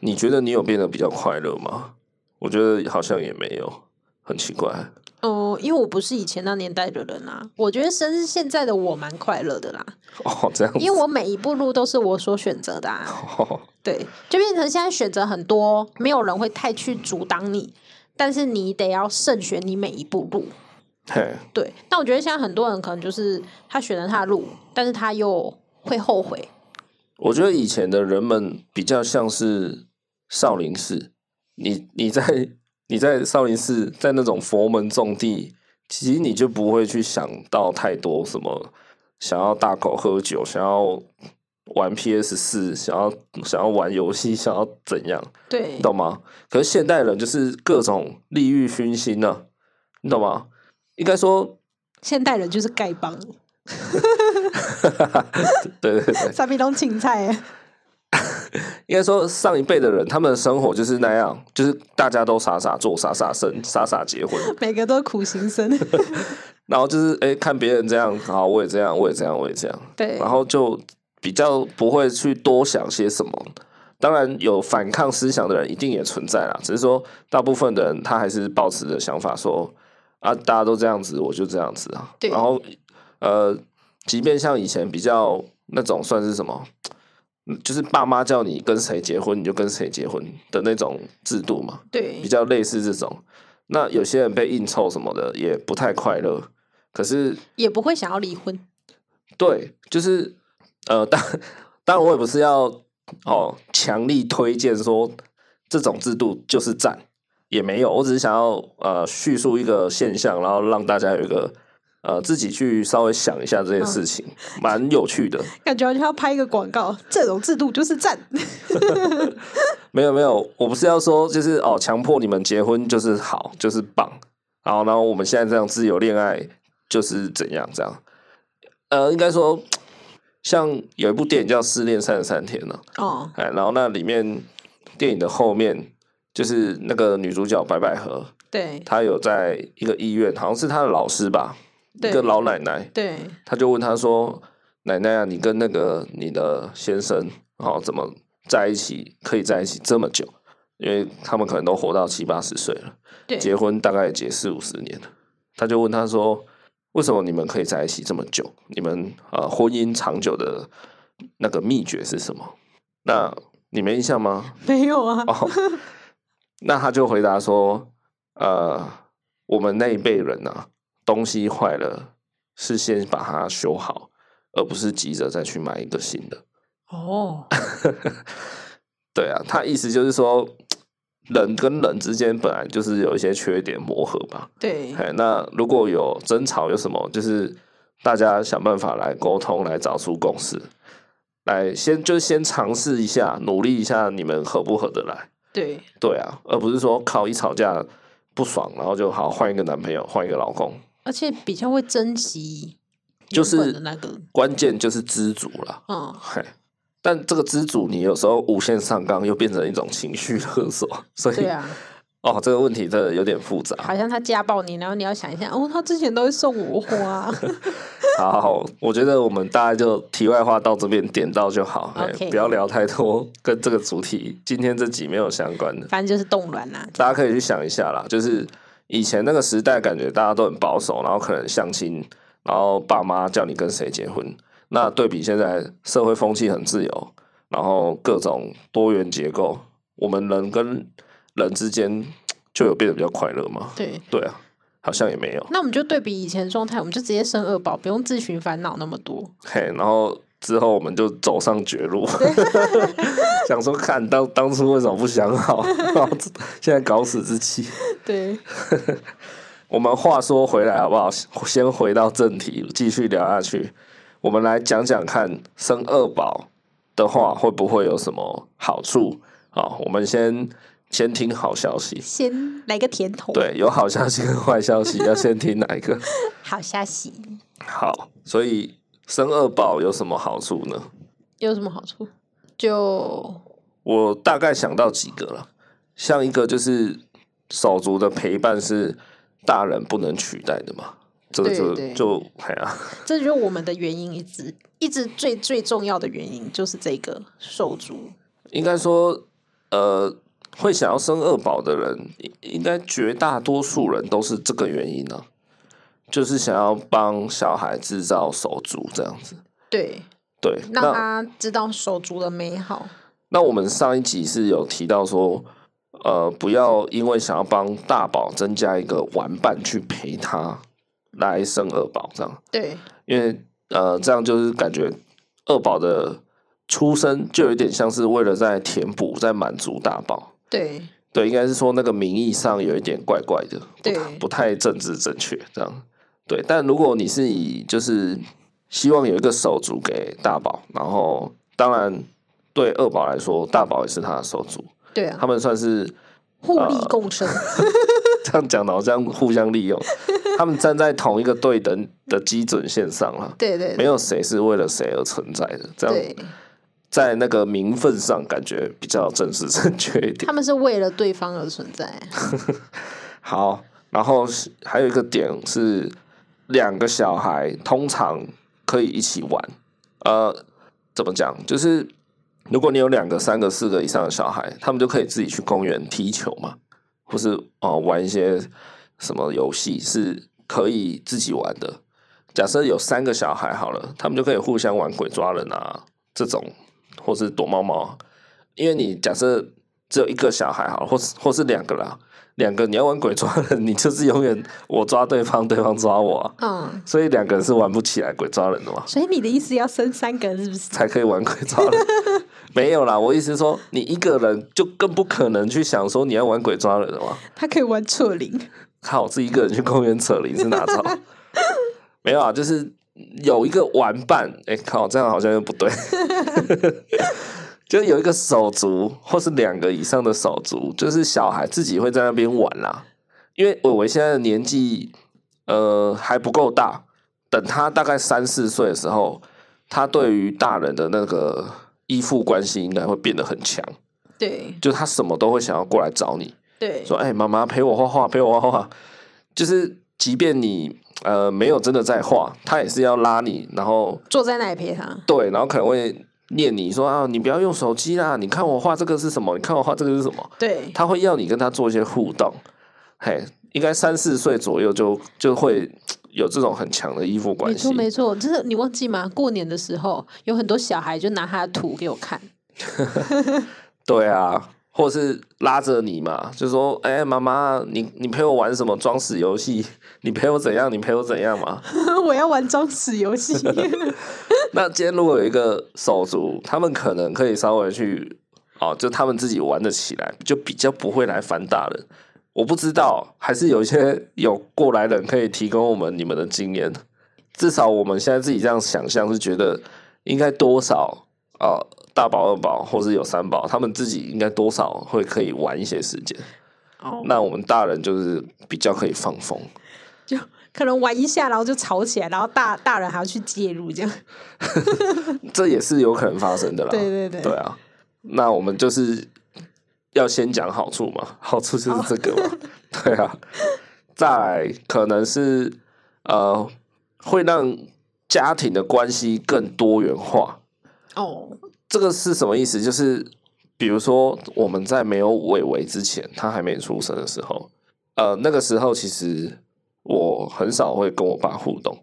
Speaker 1: 你觉得你有变得比较快乐吗？我觉得好像也没有，很奇怪。
Speaker 2: 哦、因为我不是以前那年代的人啊，我觉得生现在的我蛮快乐的啦，
Speaker 1: 哦，这样子，
Speaker 2: 因为我每一步路都是我所选择的啊。
Speaker 1: 哦
Speaker 2: 对，就变成现在选择很多，没有人会太去阻挡你，但是你得要慎选你每一步路。
Speaker 1: 嘿，
Speaker 2: 对，但我觉得现在很多人可能就是他选了他的路，但是他又会后悔。
Speaker 1: 我觉得以前的人们比较像是少林寺，你你在你在少林寺在那种佛门重地，其实你就不会去想到太多什么想要大口喝酒，想要玩 PS 四，想要想要玩游戏，想要怎样，
Speaker 2: 对
Speaker 1: 你，懂吗？可是现代人就是各种利欲熏心呢、你懂吗？应该说，
Speaker 2: 现代人就是丐帮，
Speaker 1: 对对对，
Speaker 2: 三皮东芹菜 欸。
Speaker 1: 应该说上一辈的人，他们的生活就是那样，就是大家都傻傻做、傻傻生、傻傻结婚，
Speaker 2: 每个都苦行僧。
Speaker 1: 然后就是哎、诶看别人这样，好，我也这样，我也这样，我也这样，
Speaker 2: 对
Speaker 1: 然后就比较不会去多想些什么。当然，有反抗思想的人一定也存在啦，只是说大部分的人他还是抱持着想法说啊，大家都这样子，我就这样子啊。
Speaker 2: 对
Speaker 1: 然后呃，即便像以前比较那种算是什么，嗯就是爸妈叫你跟谁结婚你就跟谁结婚的那种制度嘛，
Speaker 2: 对
Speaker 1: 比较类似这种。那有些人被硬凑什么的也不太快乐，可是
Speaker 2: 也不会想要离婚。
Speaker 1: 对，就是呃，当当然我也不是要哦强力推荐说这种制度就是赞，也没有，我只是想要呃叙述一个现象，然后让大家有一个呃自己去稍微想一下这件事情，蛮、有趣的。
Speaker 2: 感觉好像要拍一个广告，这种制度就是赞。
Speaker 1: 没有没有，我不是要说就是哦强迫你们结婚就是好就是棒，然后然后我们现在这样自由恋爱就是怎样这样，呃，应该说像有一部电影叫《失恋三十三天》呢、
Speaker 2: 哦，
Speaker 1: 哎，然后那里面电影的后面就是那个女主角白百合，
Speaker 2: 对
Speaker 1: 她有在一个医院，好像是她的老师吧，一
Speaker 2: 对
Speaker 1: 个老奶奶，
Speaker 2: 对
Speaker 1: 她就问她说：“奶奶啊，你跟那个你的先生哦，怎么在一起可以在一起这么久？因为他们可能都活到七八十岁了，
Speaker 2: 对，
Speaker 1: 结婚大概也结四五十年了。他就问他说：“为什么你们可以在一起这么久？你们呃婚姻长久的那个秘诀是什么？”那你没印象吗？
Speaker 2: 没有啊，
Speaker 1: 哦，那他就回答说：“呃，我们那一辈人呐、啊，东西坏了是先把它修好，而不是急着再去买一个新的。
Speaker 2: 哦，”
Speaker 1: 对啊，他意思就是说，人跟人之间本来就是有一些缺点磨合吧。
Speaker 2: 对，
Speaker 1: 哎，那如果有争吵，有什么就是大家想办法来沟通，来找出共识，来先就先尝试一下，努力一下，你们合不合得来。
Speaker 2: 对，
Speaker 1: 对啊，而不是说靠一吵架不爽，然后就好换一个男朋友，换一个老公，
Speaker 2: 而且比较会珍惜
Speaker 1: 就
Speaker 2: 原本
Speaker 1: 是
Speaker 2: 的那个，
Speaker 1: 关键就是知足了。
Speaker 2: 嗯，
Speaker 1: 嘿，但这个知足，你有时候无限上纲又变成一种情绪勒索，所以、
Speaker 2: 对啊，
Speaker 1: 哦，这个问题真的有点复杂。
Speaker 2: 好像他家暴你，然后你要想一下，哦，他之前都会送我花，啊
Speaker 1: 好，我觉得我们大概就题外话到这边点到就好，嘿
Speaker 2: OK
Speaker 1: 不要聊太多 跟这个主题今天这集没有相关的。
Speaker 2: 反正就是冻卵啊啦，
Speaker 1: 大家可以去想一下啦，就是以前那个时代，感觉大家都很保守，然后可能相亲，然后爸妈叫你跟谁结婚。那对比现在社会风气很自由，然后各种多元结构，我们人跟人之间就有变得比较快乐吗？
Speaker 2: 对。
Speaker 1: 对啊，好像也没有。
Speaker 2: 那我们就对比以前的状态，我们就直接生二宝，不用自寻烦恼那么多。
Speaker 1: 嘿，然后之后我们就走上绝路，想说看当当初为什么不想好，然后现在搞死自己。
Speaker 2: 对，
Speaker 1: 我们话说回来好不好？先回到正题，继续聊下去。我们来讲讲看，生二宝的话会不会有什么好处啊？我们先先听好消息。
Speaker 2: 先来个甜头，
Speaker 1: 对，有好消息跟坏消息，要先听哪一个？
Speaker 2: 好消息
Speaker 1: 好，所以生二宝有什么好处呢？
Speaker 2: 有什么好处？就
Speaker 1: 我大概想到几个了，像一个就是手足的陪伴是大人不能取代的嘛，这个
Speaker 2: 对
Speaker 1: 就
Speaker 2: 对
Speaker 1: 就哎呀、
Speaker 2: 这就是我们的原因，一直一直最最重要的原因就是这个手足。
Speaker 1: 应该说，呃，会想要生二宝的人，应应该绝大多数人都是这个原因呢、就是想要帮小孩制造手足这样子。
Speaker 2: 对，
Speaker 1: 对，
Speaker 2: 让
Speaker 1: 那
Speaker 2: 他知道手足的美好。
Speaker 1: 那我们上一集是有提到说，呃，不要因为想要帮大宝增加一个玩伴去陪他来生二宝这样，
Speaker 2: 对，
Speaker 1: 因为呃，这样就是感觉二宝的出生就有点像是为了在填补、在满足大宝。
Speaker 2: 对，
Speaker 1: 对，应该是说那个名义上有一点怪怪的，不
Speaker 2: 对
Speaker 1: 太不太政治正确这样。对，但如果你是以就是希望有一个手足给大宝，然后当然对二宝来说，大宝也是他的手足，
Speaker 2: 对
Speaker 1: 他
Speaker 2: 啊，
Speaker 1: 们呃算是
Speaker 2: 互利共生。
Speaker 1: 这样讲的，好像互相利用，他们站在同一个对等的基准线上了，
Speaker 2: 对对
Speaker 1: 没有谁是为了谁而存在的，这样
Speaker 2: 对，
Speaker 1: 在那个名分上感觉比较政治正确一点。
Speaker 2: 他们是为了对方而存在。
Speaker 1: 好，然后是还有一个点是，两个小孩通常可以一起玩。呃，怎么讲？就是如果你有两个、三个、四个以上的小孩，他们就可以自己去公园踢球嘛，或是哦、呃玩一些什么游戏是可以自己玩的。假设有三个小孩好了，他们就可以互相玩鬼抓人啊这种，或是躲猫猫啊。因为你假设只有一个小孩好了，或是或是两个啦，两个你要玩鬼抓人，你就是永远我抓对方，对方抓我、啊，
Speaker 2: 嗯，
Speaker 1: 所以两个人是玩不起来鬼抓人的嘛，
Speaker 2: 所以你的意思要生三个人是不 是？
Speaker 1: 才可以玩鬼抓人。没有啦，我意思是说，你一个人就更不可能去想说你要玩鬼抓人的嘛。
Speaker 2: 他可以玩扯铃。
Speaker 1: 靠，我自己一个人去公园扯铃是哪招？没有啊，就是有一个玩伴。哎、靠，这样好像又不对。 就是有一个手足，或是两个以上的手足，就是小孩自己会在那边玩啦、因为伟伟现在的年纪，呃，还不够大。等他大概三四岁的时候，他对于大人的那个依附关系应该会变得很强，
Speaker 2: 对
Speaker 1: 就他什么都会想要过来找你。
Speaker 2: 对
Speaker 1: 说：“哎、妈妈陪我画画，陪我画画。”就是即便你呃没有真的在画，他也是要拉你，然后
Speaker 2: 坐在那里陪他。
Speaker 1: 对，然后可能会念你说啊，你不要用手机啦，你看我画这个是什么？你看我画这个是什么？
Speaker 2: 对，
Speaker 1: 他会要你跟他做一些互动，嘿，应该三四岁左右就就会有这种很强的依附
Speaker 2: 没
Speaker 1: 关系
Speaker 2: 错。没错，就是你忘记吗？过年的时候有很多小孩就拿他的图给我看，
Speaker 1: 对啊，或是拉着你嘛，就说：“哎、妈妈，你你陪我玩什么装死游戏？ 你陪我怎样？你陪我怎样嘛
Speaker 2: 我要玩装死游 戏。？”
Speaker 1: 那今天如果有一个手足，他们可能可以稍微去哦，就他们自己玩得起来，就比较不会来烦大人。我不知道，还是有一些有过来人可以提供我们你们的经验。至少我们现在自己这样想象是觉得应该多少啊、呃大宝、二宝或是有三宝，他们自己应该多少会可以玩一些时间。
Speaker 2: 哦，
Speaker 1: 那我们大人就是比较可以放风，
Speaker 2: 就可能玩一下，然后就吵起来，然后大大人还要去介入，这样。
Speaker 1: 这也是有可能发生的啦。
Speaker 2: 对对对
Speaker 1: 对啊，那我们就是要先讲好处嘛， 好处就是这个
Speaker 2: 哦
Speaker 1: 嘛， 对啊。再来可能是呃，会让家庭的关系更多元化。
Speaker 2: 哦，
Speaker 1: 这个是什么意思？就是比如说我们在没有伟伟之前，他还没出生的时候，呃，那个时候其实我很少会跟我爸互动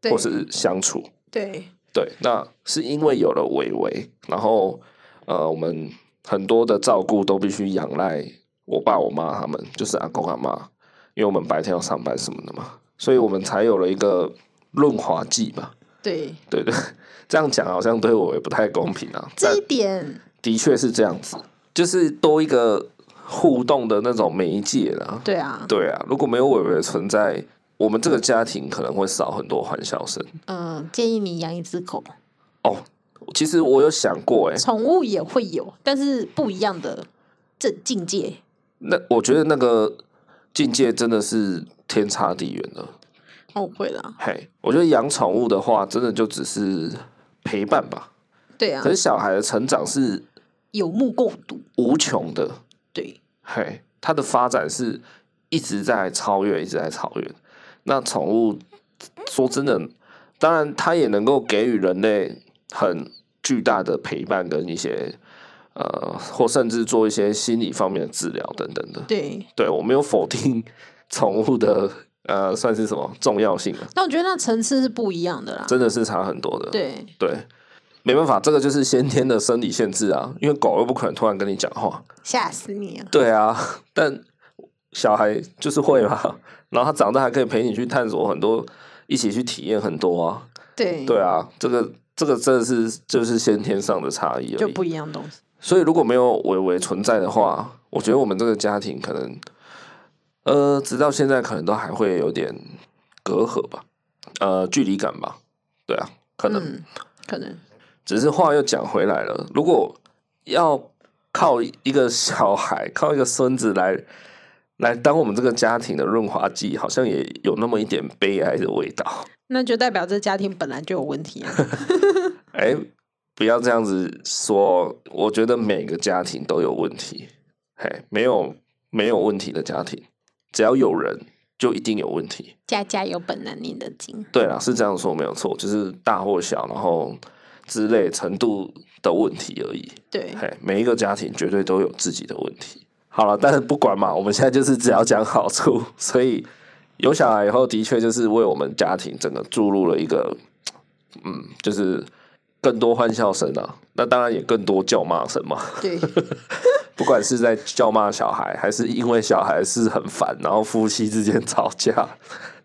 Speaker 2: 对
Speaker 1: 或是相处。
Speaker 2: 对，
Speaker 1: 对，那是因为有了伟伟，然后呃，我们很多的照顾都必须仰赖我爸我妈他们，就是阿公阿妈，因为我们白天要上班什么的嘛，所以我们才有了一个润滑剂吧。
Speaker 2: 对，
Speaker 1: 对对， 这样讲好像对我也不太公平啊。
Speaker 2: 这
Speaker 1: 但
Speaker 2: 一点
Speaker 1: 的确是这样子，就是多一个互动的那种媒介啦。
Speaker 2: 对啊，
Speaker 1: 对啊，如果没有伟伟的存在，我们这个家庭可能会少很多欢笑声。
Speaker 2: 嗯，建议你养一只狗，
Speaker 1: 哦，其实我有想过、欸，哎，
Speaker 2: 宠物也会有，但是不一样的这境界。
Speaker 1: 那我觉得那个境界真的是天差地远的。
Speaker 2: 哦，会啦，
Speaker 1: 嘿，我觉得养宠物的话，真的就只是陪伴吧。
Speaker 2: 对啊
Speaker 1: 可，是小孩的成长是
Speaker 2: 有目共睹，
Speaker 1: 无穷的，
Speaker 2: 对，
Speaker 1: 嘿，它的发展是一直在超越，一直在超越。那宠物说真的，当然它也能够给予人类很巨大的陪伴跟一些呃，或甚至做一些心理方面的治疗等等的。
Speaker 2: 对。
Speaker 1: 对我没有否定 宠物的呃，算是什么重要性啊，
Speaker 2: 但我觉得那层次是不一样的啦，
Speaker 1: 真的是差很多的。
Speaker 2: 对，
Speaker 1: 对没办法，这个就是先天的生理限制啊，因为狗又不可能突然跟你讲话。
Speaker 2: 吓死你了。
Speaker 1: 对啊， 但小孩就是会嘛，然后他长大还可以陪你去探索很多，一起去体验很多啊。
Speaker 2: 对，
Speaker 1: 对啊，这个这个真的是就是先天上的差异而已。
Speaker 2: 就不一样东西。
Speaker 1: 所以如果没有伟伟存在的话，我觉得我们这个家庭可能，呃，直到现在可能都还会有点隔阂吧，呃，距离感吧，对啊，可能。
Speaker 2: 嗯，可能
Speaker 1: 只是话又讲回来了，如果要靠一个小孩、 靠一个孙子来来当我们这个家庭的润滑剂，好像也有那么一点悲哀的味道。
Speaker 2: 那就代表这家庭本来就有问题 啊。
Speaker 1: 哎、不要这样子说，哦我觉得每个家庭都有问题。嘿，没有没有问题的家庭，只要有人就一定有问题。
Speaker 2: 家家有本难念的经。
Speaker 1: 对啦，是这样说没有错，就是大或小，然后之类程度的问题而已。
Speaker 2: 对，
Speaker 1: 嘿，每一个家庭绝对都有自己的问题。好了，但是不管嘛，我们现在就是只要讲好处，所以有小孩以后，的确就是为我们家庭整个注入了一个，嗯，就是更多欢笑声啊，那当然也更多叫骂声嘛。
Speaker 2: 对，
Speaker 1: 不管是在叫骂小孩，还是因为小孩是很烦，然后夫妻之间吵架，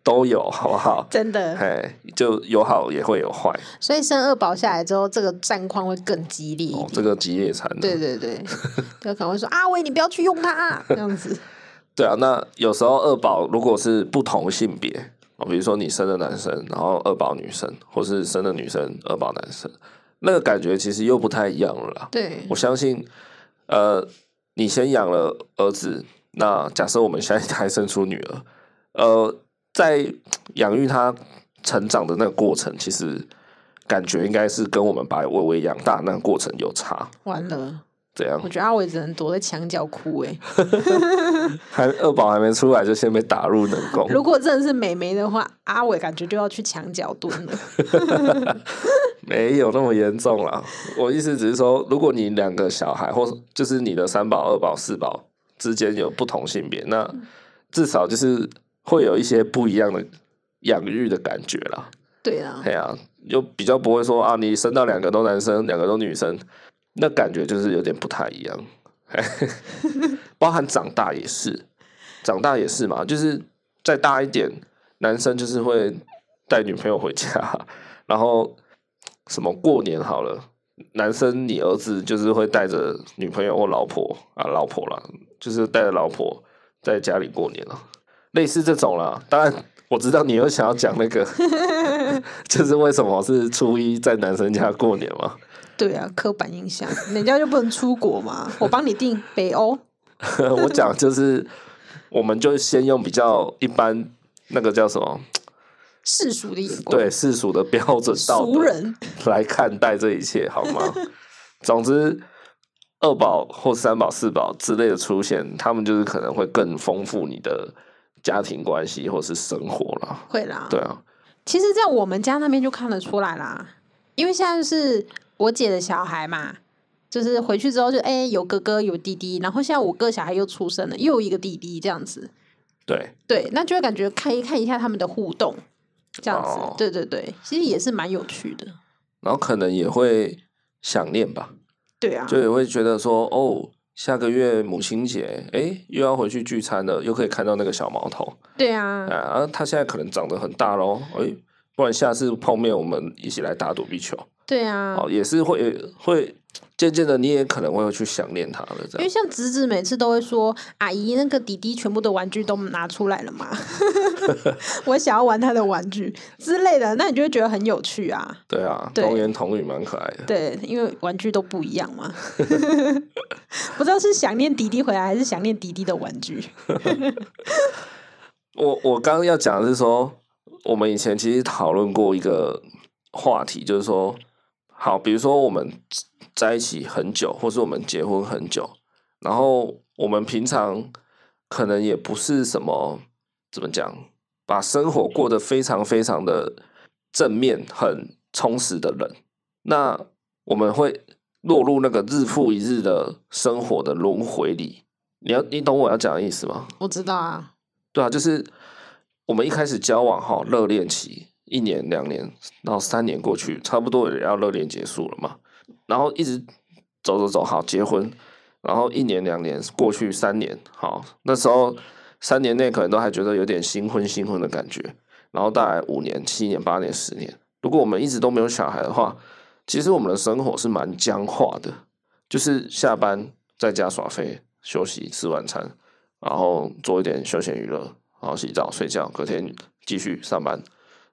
Speaker 1: 都有，好不好？
Speaker 2: 真的。
Speaker 1: 嘿，就有好也会有坏，
Speaker 2: 所以生二宝下来之后，这个战况会更激烈一
Speaker 1: 哦
Speaker 2: 点。，
Speaker 1: 这个激烈惨了。
Speaker 2: 对对 对，就可能会说阿伟，你不要去用它、啊，这样子。
Speaker 1: 对啊，那有时候二宝如果是不同性别哦，比如说你生的男生，然后二宝女生，或是生的女生二宝男生，那个感觉其实又不太一样了啦。
Speaker 2: 对
Speaker 1: 我相信，呃，你先养了儿子，那假设我们下一胎生出女儿，呃，在养育她成长的那个过程，其实感觉应该是跟我们把微微养大那个过程有差。
Speaker 2: 完了，
Speaker 1: 怎样
Speaker 2: 我？觉得阿伟只能躲在墙角哭哎、
Speaker 1: 还二宝还没出来就先被打入冷 宫，
Speaker 2: 如果真的是美眉的话，阿伟感觉就要去墙角蹲了。
Speaker 1: 没有那么严重啦。我意思只是说，如果你两个小孩或就是你的三宝、二宝、四宝之间有不同性别，那至少就是会有一些不一样的养育的感觉啦。
Speaker 2: 对啊，
Speaker 1: 哎呀、就比较不会说啊，你生到两个都男生，两个都女生，那感觉就是有点不太一样。 包含长大也是，长大也是嘛，就是再大一点，男生就是会带女朋友回家，然后什么过年好了，男生你儿子就是会带着女朋友或老婆啊，老婆啦，就是带着老婆在家里过年了，啊类似这种啦。当然，我知道你又想要讲那个，就是为什么是初一在男生家过年嘛？
Speaker 2: 对啊，刻板印象，人家就不能出国嘛。我帮你订北欧，
Speaker 1: 我讲就是，我们就先用比较一般那个叫什么
Speaker 2: 世俗的眼光，
Speaker 1: 对世俗的标准道
Speaker 2: 俗
Speaker 1: 德
Speaker 2: 人。
Speaker 1: 来看待这一切，好吗？ 总之，二宝或三宝、四宝之类的出现，他们就是可能会更丰富你的家庭关系或是生活啦。
Speaker 2: 会啦，
Speaker 1: 对啊，
Speaker 2: 其实，在我们家那边就看得出来啦，因为现在就是我姐的小孩嘛，就是回去之后就哎、有哥哥有弟弟，然后现在我哥小孩又出生了，又有一个弟弟这样子，
Speaker 1: 对，
Speaker 2: 对，那就会感觉看一看一下他们的互动，这样子，
Speaker 1: 哦
Speaker 2: 对对对，其实也是蛮有趣的，
Speaker 1: 然后可能也会想念吧，
Speaker 2: 对啊，
Speaker 1: 就也会觉得说，哦，下个月母亲节，诶，又要回去聚餐了，又可以看到那个小毛头。
Speaker 2: 对啊，
Speaker 1: 啊，他现在可能长得很大喽，哎、不然下次碰面我们一起来打躲避球，
Speaker 2: 对啊，
Speaker 1: 哦，也是会会渐渐的，你也可能会去想念他了，这
Speaker 2: 因为
Speaker 1: 样。
Speaker 2: 像侄子每次都会说：“阿姨，那个弟弟全部的玩具都拿出来了嘛， 我想要玩他的玩具之类的。”那你就会觉得很有趣啊。
Speaker 1: 对啊，
Speaker 2: 对
Speaker 1: 童言童语蛮可爱的。
Speaker 2: 对，因为玩具都不一样 嘛。不知道是想念弟弟回来，还是想念弟弟的玩具。
Speaker 1: 我我刚刚要讲的是说，我们以前其实讨论过一个话题，就是说，好，比如说我们在一起很久，或是我们结婚很久，然后我们平常可能也不是什么怎么讲，把生活过得非常非常的正面、很充实的人，那我们会落入那个日复一日的生活的轮回里。你要你懂我要讲的意思吗？
Speaker 2: 我知道啊，
Speaker 1: 对啊，就是我们一开始交往哈，热恋期一年、两年，然后三年过去，差不多也要热恋结束了嘛。然后一直走走走，好结婚，然后一年、两年过去，三年，好那时候三年内可能都还觉得有点新婚新婚的感觉，然后大概五年、七年、八年、十年，如果我们一直都没有小孩的话，其实我们的生活是蛮僵化的，就是下班在家耍飞、休息、吃晚餐，然后做一点休闲娱乐，然后洗澡、睡觉，隔天继续上班，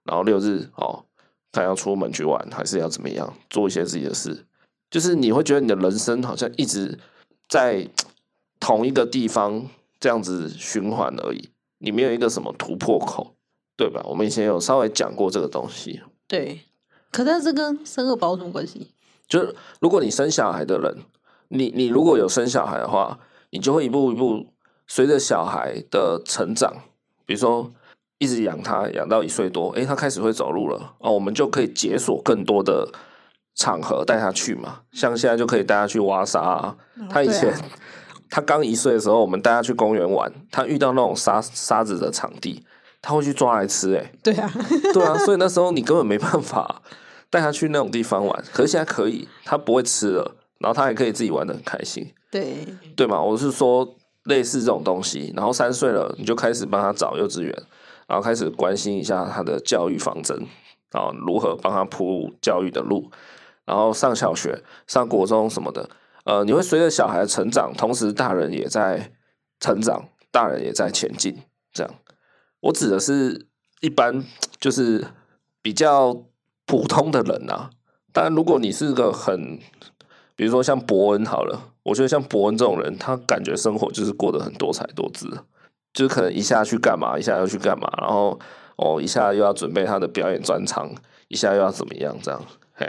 Speaker 1: 然后六日哦，看要出门去玩还是要怎么样，做一些自己的事，就是你会觉得你的人生好像一直在同一个地方这样子循环而已，你没有一个什么突破口，对吧？我们以前有稍微讲过这个东西，
Speaker 2: 对。可是这跟生二宝有什么关系？
Speaker 1: 就是如果你生小孩的人，你你如果有生小孩的话，你就会一步一步随着小孩的成长，比如说一直养他养到一岁多，诶，他开始会走路了哦，我们就可以解锁更多的场合带他去嘛，像现在就可以带他去挖沙、啊，他以
Speaker 2: 对啊
Speaker 1: 前、他刚一岁的时候，我们带他去公园玩，他遇到那种沙沙子的场地，他会去抓来吃、诶。
Speaker 2: 对啊，
Speaker 1: 对啊，所以那时候你根本没办法带他去那种地方玩。可是现在可以，他不会吃了，然后他还可以自己玩的很开心，
Speaker 2: 对
Speaker 1: 对吗？我是说类似这种东西。然后三岁了，你就开始帮他找幼稚园，然后开始关心一下他的教育方针，啊，如何帮他铺教育的路。然后上小学、上国中什么的，呃，你会随着小孩的成长，同时大人也在成长，大人也在前进。这样，我指的是一般就是比较普通的人啊。当然，如果你是个很，比如说像伯恩好了，我觉得像伯恩这种人，他感觉生活就是过得很多彩多姿，就是可能一下去干嘛，一下又去干嘛，然后哦，一下又要准备他的表演专场，一下又要怎么样这样，嘿。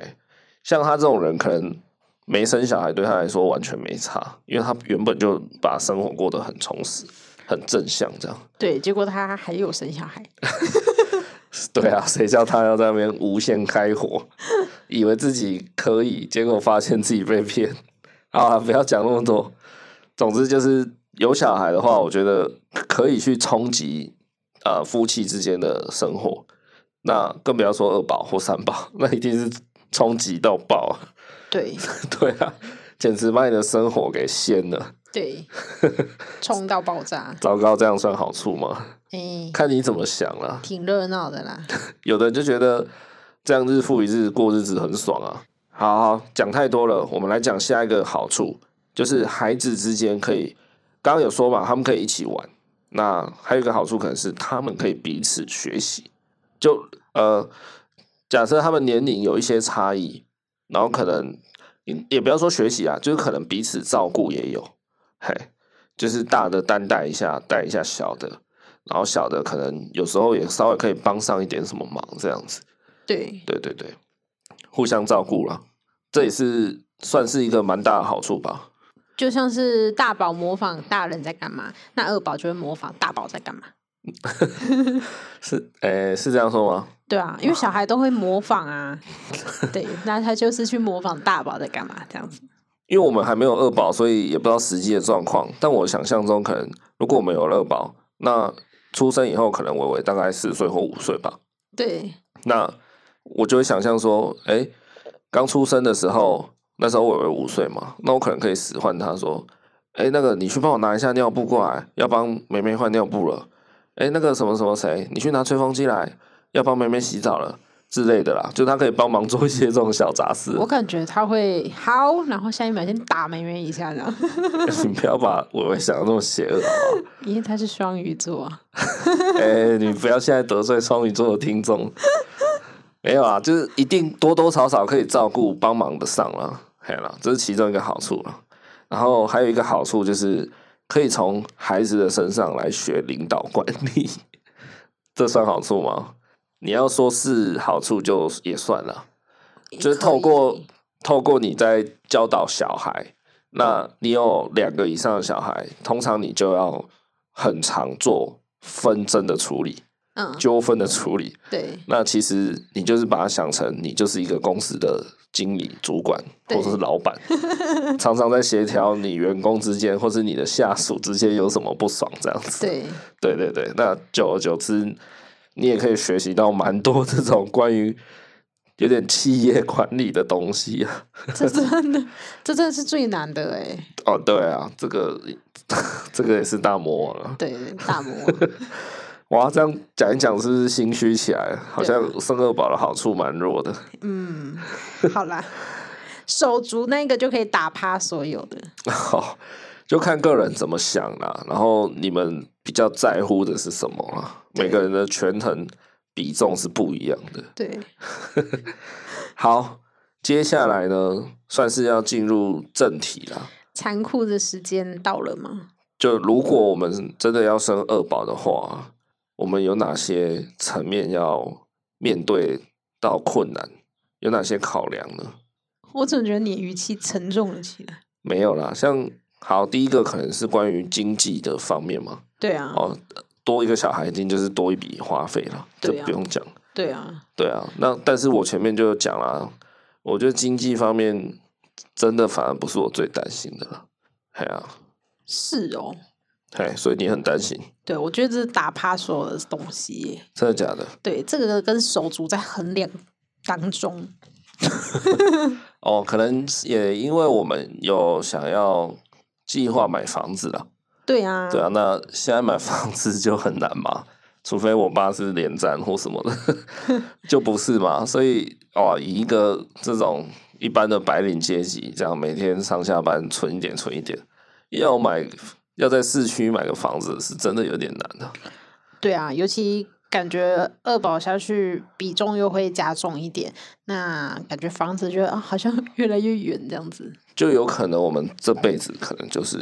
Speaker 1: 像他这种人，可能没生小孩对他来说完全没差，因为他原本就把生活过得很充实、很正向这样。
Speaker 2: 对，结果他还有生小孩，
Speaker 1: 对啊，谁叫他要在那边无限开火，以为自己可以，结果发现自己被骗。啊，不要讲那么多。总之就是有小孩的话，我觉得可以去冲击呃夫妻之间的生活，那更不要说二宝或三宝，那一定是冲击到爆啊。
Speaker 2: 对
Speaker 1: 对啊，简直把你的生活给掀了。
Speaker 2: 对，冲到 爆炸，
Speaker 1: 糟糕，这样算好处吗？
Speaker 2: 哎、
Speaker 1: 看你怎么想啦。
Speaker 2: 挺热闹 的啦。
Speaker 1: 有的人就觉得这样日复一日过日子很爽啊。好好讲太多了，我们来讲下一个好处，就是孩子之间可以，刚刚有说嘛，他们可以一起玩。那还有一个好处可能是他们可以彼此学习。就呃，假设他们年龄有一些差异，然后可能嗯也也不要说学习啊，就是可能彼此照顾也有，嘿，就是大的担待一下，带一下小的，然后小的可能有时候也稍微可以帮上一点什么忙，这样子，
Speaker 2: 对，
Speaker 1: 对对对，互相照顾啦，这也是算是一个蛮大的好处吧。
Speaker 2: 就像是大宝模仿大人在干嘛，那二宝就会模仿大宝在干嘛。
Speaker 1: 是，诶，是这样说吗？
Speaker 2: 对啊，因为小孩都会模 仿啊，对，那他就是去模仿大宝在干嘛这样子。
Speaker 1: 因为我们还没有二宝，所以也不知道实际的状况。但我想象中，可能如果我们有了二宝，那出生以后可能伟伟大概四岁或五岁吧，
Speaker 2: 对，
Speaker 1: 那我就会想象说，哎、刚出生的时候，那时候伟伟五岁嘛，那我可能可以使唤他说，哎、那个你去帮我拿一下尿布过来，要帮梅梅换尿布了。哎、那个什么什么谁，你去拿吹风机来，要帮梅梅洗澡了之类的啦，就他可以帮忙做一些这种小杂事
Speaker 2: 我。感觉他会好，然后下一秒先打妹妹一下，然后
Speaker 1: 你不要把伟伟想的那么邪恶啊好不好？
Speaker 2: 因为他是双鱼座啊，
Speaker 1: 哎、你不要现在得罪双鱼座的听众。没有啊，就是一定多多少少可以照顾帮忙的上了，嘿啦，这是其中一个好处了。然后还有一个好处就是可以从孩子的身上来学领导管理， 这算好处吗？你要说是好处就也算了， 就是透过透过你在教导小孩，那你有两个以上的小孩，通常你就要很常做纷争的处理、
Speaker 2: 嗯，
Speaker 1: 纠纷的处理。
Speaker 2: 对
Speaker 1: 那其实你就是把它想成，你就是一个公司的经理、主管或
Speaker 2: 对
Speaker 1: 者是老 板，常常在协调你员工之间，或是你的下属之间有什么不爽这样子。
Speaker 2: 对
Speaker 1: 对对对，那久而久之，你也可以学习到蛮多这种关于有点企业管理的东西啊。
Speaker 2: 这真的，这真的是最难的哎。
Speaker 1: 哦，对啊，这个这个也是大魔王啊！
Speaker 2: 对，大魔王
Speaker 1: 哇，这样讲一讲是不是心虚起来了？好
Speaker 2: 对啊
Speaker 1: 像生二宝的好处蛮弱的。
Speaker 2: 嗯，好啦，手足那个就可以打趴所有的。
Speaker 1: 好，就看个人怎么想啦。然后你们比较在乎的是什么啦？每个人的权衡比重是不一样的。
Speaker 2: 对，
Speaker 1: 好，接下来呢，算是要进入正题啦。
Speaker 2: 残酷的时间到了吗？
Speaker 1: 就如果我们真的要生二宝的话，我们有哪些层面要面对到困难？有哪些考量呢？
Speaker 2: 我总觉得你语气沉重了起来。
Speaker 1: 没有啦，像好，第一个可能是关于经济的方面嘛。
Speaker 2: 对啊，
Speaker 1: 哦，多一个小孩一定就是多一笔花费了，这
Speaker 2: 对啊
Speaker 1: 不用讲。
Speaker 2: 对啊，
Speaker 1: 对啊，那但是我前面就有讲啦，我觉得经济方面真的反而不是我最担心的了。嘿啊，
Speaker 2: 是哦。
Speaker 1: 嘿，所以你很担心，
Speaker 2: 对，我觉得这是打趴所有的东西耶。
Speaker 1: 真的假的？
Speaker 2: 对，这个跟手足在衡量当中，
Speaker 1: 哦，可能也因为我们有想要计划买房子啦，
Speaker 2: 对啊，
Speaker 1: 对啊，那现在买房子就很难嘛，除非我爸是连战或什么的，就不是嘛。所以哦，以一个这种一般的白领阶级，这样每天上下班存一点存一点，要买要在市区买个房子是真的有点难的、
Speaker 2: 对啊，尤其感觉二宝下去比重又会加重一点，那感觉房子就啊好像越来越远这样子。
Speaker 1: 就有可能我们这辈子可能就是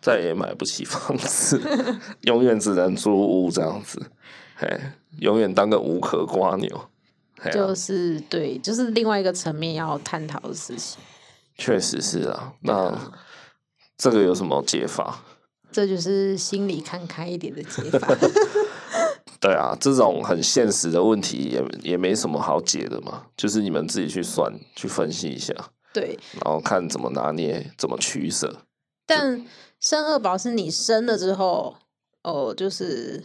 Speaker 1: 再也买不起 房子，永远只能租屋这样子，哎，永远当个无壳瓜牛。嘿啊
Speaker 2: 就是对，就是另外一个层面要探讨的事情。
Speaker 1: 确实是啊。那这个有什么解法？
Speaker 2: 这就是心里看开一点的解 法。
Speaker 1: 对啊，这种很现实的问题也也没什么好解的嘛，就是你们自己去算、去分析一下，
Speaker 2: 对，
Speaker 1: 然后看怎么拿捏、怎么取舍。
Speaker 2: 但生二宝是你生了之后，哦，就是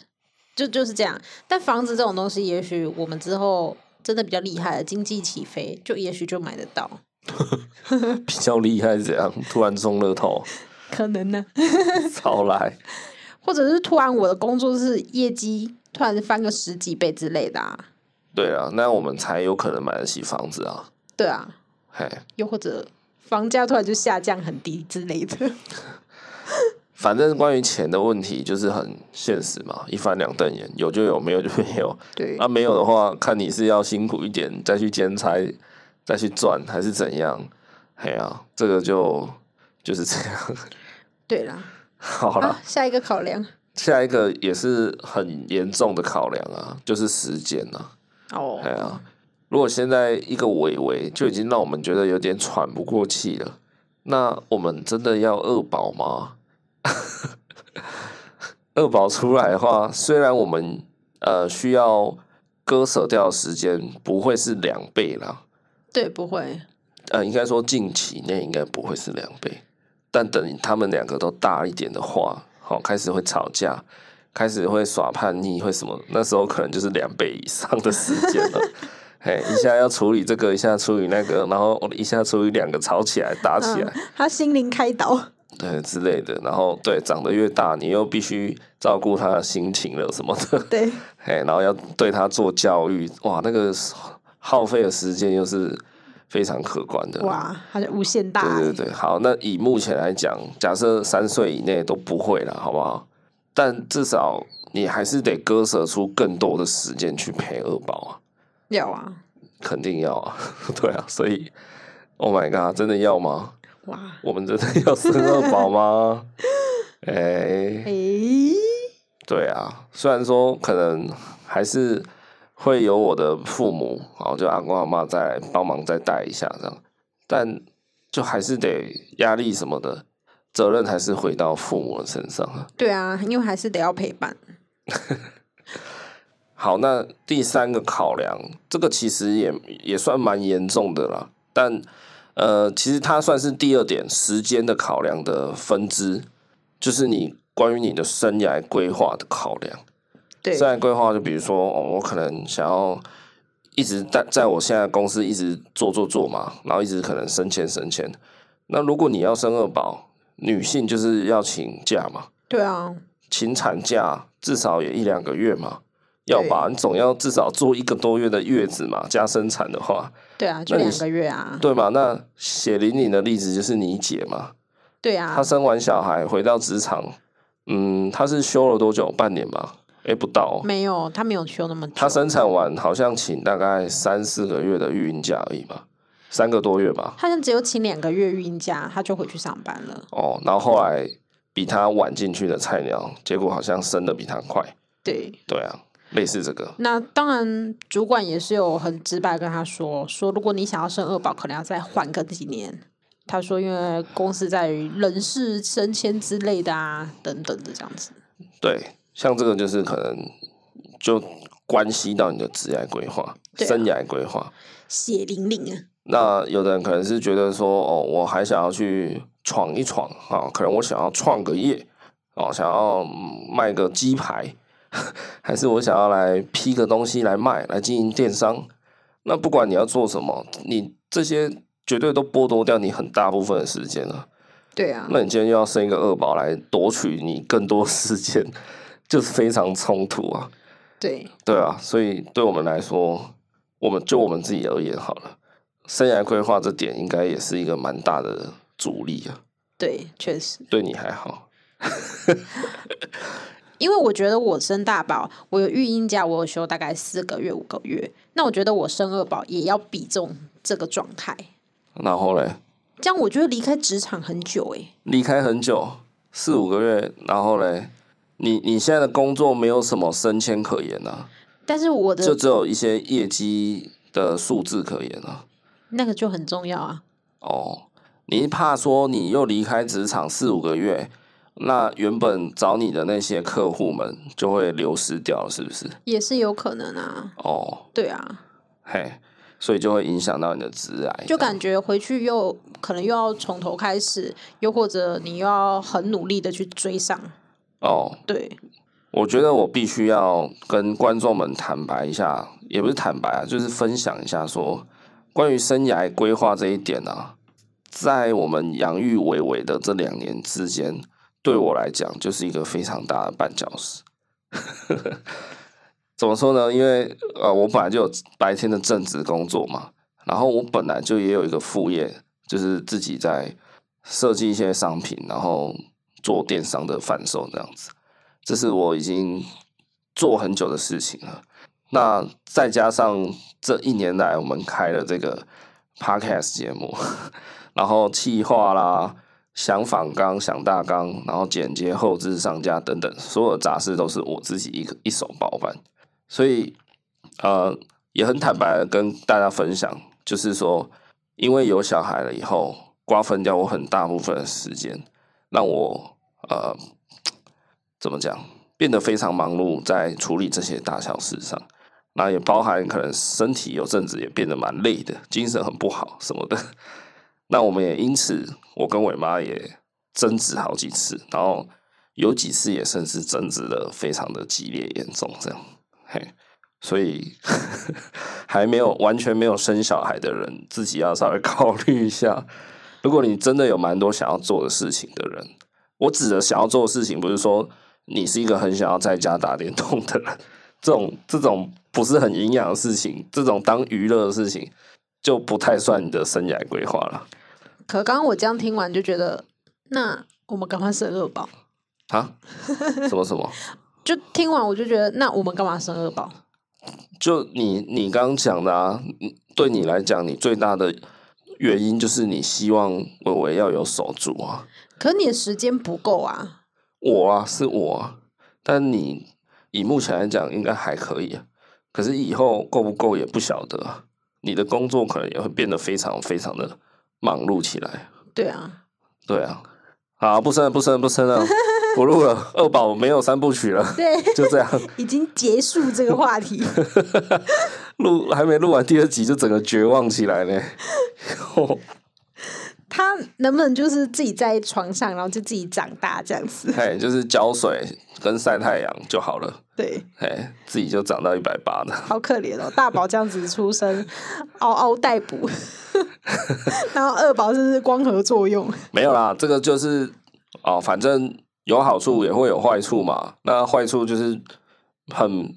Speaker 2: 就就是这样。但房子这种东西，也许我们之后真的比较厉害了，经济起飞，就也许就买得到，
Speaker 1: 比较厉害是怎样？突然中乐透，
Speaker 2: 可能呢。
Speaker 1: 超来，
Speaker 2: 或者是突然我的工作是业绩突然翻个十几倍之类的啊，
Speaker 1: 对啊，那我们才有可能买得起房子啊。
Speaker 2: 对啊，
Speaker 1: 嘿，
Speaker 2: 又或者房价突然就下降很低之类的。
Speaker 1: 反正关于钱的问题就是很现实嘛，一翻两瞪眼，有就有，没有就没有。
Speaker 2: 对
Speaker 1: 啊，没有的话，看你是要辛苦一点再去兼差，再去赚，还是怎样？嘿啊，这个就就是这样。
Speaker 2: 对啦，
Speaker 1: 好了，
Speaker 2: 啊，下一个考量
Speaker 1: 下一个也是很严重的考量啊，就是时间啊。
Speaker 2: 哦
Speaker 1: 哎，呀，如果现在一个尾尾就已经让我们觉得有点喘不过气了，那我们真的要二宝吗？ 二宝出来的话，虽然我们呃需要割舍掉的时间不会是两倍啦，
Speaker 2: 对，不会，
Speaker 1: 呃，应该说近期内应该不会是两倍，但等他们两个都大一点的话，好、开始会吵架，开始会耍叛逆，会什么？那时候可能就是两倍以上的时间了。哎，一下要处理这个，一下处理那个，然后一下处理两个吵起来、打起来
Speaker 2: 嗯，，他心灵开导，
Speaker 1: 对之类的。然后对，长得越大，你又必须照顾他的心情了什么的。
Speaker 2: 对，
Speaker 1: 哎，然后要对他做教育，哇，那个耗费的时间又是非常可观的。
Speaker 2: 哇，他就无限大
Speaker 1: 对
Speaker 2: 爱，
Speaker 1: 对对，好，那以目前来讲，假设三岁以内都不会了，好不好？但至少你还是得割舍出更多的时间去陪二宝啊，
Speaker 2: 要啊，
Speaker 1: 肯定要啊， 对啊，所以，Oh my god，真的要吗？
Speaker 2: 哇，
Speaker 1: 我们真的要生二宝吗？哎、
Speaker 2: 诶、
Speaker 1: 对啊，虽然说可能还是会有我的父母，然后就阿公阿妈再帮忙再带一下这样，但就还是得压力什么的，责任还是回到父母的身上啊。
Speaker 2: 对啊，因为还是得要陪伴，
Speaker 1: 好，那第三个考量，这个其实也也算蛮严重的啦，但呃，其实它算是第二点时间的考量的分支，就是你关于你的生涯规划的考量。
Speaker 2: 对，
Speaker 1: 现在规划就比如说，哦，我可能想要一直在在我现在的公司一直做做做嘛，然后一直可能升迁升迁。那如果你要生二宝，女性就是要请假嘛，
Speaker 2: 对啊，
Speaker 1: 请产假至少也一两个月嘛，要
Speaker 2: 对
Speaker 1: 吧？你总要至少做一个多月的月子嘛，加生产的话，
Speaker 2: 对啊，就
Speaker 1: 那你
Speaker 2: 两个月啊，
Speaker 1: 对吧？那血淋淋的例子就是你姐嘛，
Speaker 2: 对啊
Speaker 1: 她，生完小孩回到职场，嗯，她是休了多久？半年吧？诶，不到、哦，
Speaker 2: 没有，他没有休那么久，
Speaker 1: 她生产完好像请大概三四个月的育婴假而已吧，三个多月吧。
Speaker 2: 他像只有请两个月孕假，他就回去上班了。
Speaker 1: 哦，然后后来比她晚进去的菜鸟，结果好像生的比她快。
Speaker 2: 对，
Speaker 1: 对啊，类似这个。
Speaker 2: 那当然，主管也是有很直白地跟他说，说如果你想要生二宝，可能要再缓个几年。他说，因为公司在于人事升迁之类的啊，等等的这样子。
Speaker 1: 对，像这个就是可能就关系到你的职业规划、
Speaker 2: 对啊
Speaker 1: 生涯规划。
Speaker 2: 血淋淋啊，
Speaker 1: 那有的人可能是觉得说，哦，我还想要去闯一闯啊、可能我想要创个业，哦，想要嗯卖个鸡排， 还是我想要来批个东西来卖，来经营电商。那不管你要做什么，你这些绝对都剥夺掉你很大部分的时间了。
Speaker 2: 对啊，
Speaker 1: 那你今天又要生一个二宝来夺取你更多时间， 就是非常冲突啊。
Speaker 2: 对
Speaker 1: 对啊，所以对我们来说，我们就我们自己而言好了，生涯规划这点应该也是一个蛮大的阻力啊。
Speaker 2: 对，确实，
Speaker 1: 对你还好，
Speaker 2: 因为我觉得我生大宝，我有育婴假，我有休大概四个月、五个月。那我觉得我生二宝也要比重这个状态，
Speaker 1: 然后嘞，
Speaker 2: 这样我就会离开职场很久欸诶、
Speaker 1: 离开很久，四五个月，然后嘞，你你现在的工作没有什么升迁可言啊，
Speaker 2: 但是我
Speaker 1: 就
Speaker 2: 的
Speaker 1: 只有一些业绩的数字可言啊。
Speaker 2: 那个就很重要啊，
Speaker 1: 哦，你怕说你又离开职场四五个月，那原本找你的那些客户们就会流失掉，是不是？
Speaker 2: 也是有可能啊，
Speaker 1: 哦，
Speaker 2: 对啊，
Speaker 1: 嘿，所以就会影响到你的职癌，
Speaker 2: 就感觉回去又可能又要从头开始，又或者你又要很努力的去追上，
Speaker 1: 哦。
Speaker 2: 对，
Speaker 1: 我觉得我必须要跟观众们坦白一下，也不是坦白啊，就是分享一下说关于生涯规划这一点啊，在我们养育伟伟的这两年之间，对我来讲就是一个非常大的绊脚石。 怎么说呢？因为呃，我本来就有白天的正职工作嘛，然后我本来就也有一个副业，就是自己在设计一些商品，然后做电商的贩售这样子。这是我已经做很久的事情了。那再加上这一年来，我们开了这个 podcast 节目， 然后企划啦、想访纲、想大纲，然后剪接、后置、上架等等，所有的杂事都是我自己一个一手包办。所以，呃，也很坦白的跟大家分享，就是说，因为有小孩了以后，瓜分掉我很大部分的时间，让我呃怎么讲，变得非常忙碌，在处理这些大小事上。那也包含可能身体有阵子也变得蛮累的，精神很不好什么的。 那我们也因此，我跟伟妈也争执好几次，然后有几次也甚至争执的非常的激烈严重，这样。嘿，所以 还没有完全没有生小孩的人，自己要稍微 考虑一下。如果你真的有蛮多想要做的事情的人，我指的想要做的事情，不是说你是一个很想要在家打电动的人，这种这种不是很营养的事情，这种当娱乐的事情，就不太算你的生涯规划了
Speaker 2: 可刚刚我这样听完就觉得，那我们干嘛生二宝？
Speaker 1: 啊？ 什么什么？
Speaker 2: 就听完我就觉得，那我们干嘛生二宝？
Speaker 1: 就你你刚刚讲的啊，嗯对你来讲，你最大的原因就是你希望伟伟要有手足啊，
Speaker 2: 可你的时间不够啊，
Speaker 1: 我啊是我啊，但你以目前来讲应该还可以啊，可是以后够不够也不晓得啊，你的工作可能也会变得非常非常的忙碌起来。
Speaker 2: 对啊，
Speaker 1: 对啊，好，不生了，不生了，不生了，不录了，二宝没有三部曲了，
Speaker 2: 对，
Speaker 1: 就这样，
Speaker 2: 已经结束这个话题。
Speaker 1: 录还没录完第二集就整个绝望起来呢。
Speaker 2: 他能不能就是自己在床上，然后就自己长大这样子？
Speaker 1: 嘿，就是浇水跟晒太阳就好了，
Speaker 2: 对，
Speaker 1: 嘿，自己就长到一百八的。
Speaker 2: 好可怜哦，大宝这样子出生，嗷嗷待哺， 然后二宝就是光合作用，
Speaker 1: 没有啦，这个就是哦，反正有好处也会有坏处嘛。那坏处就是很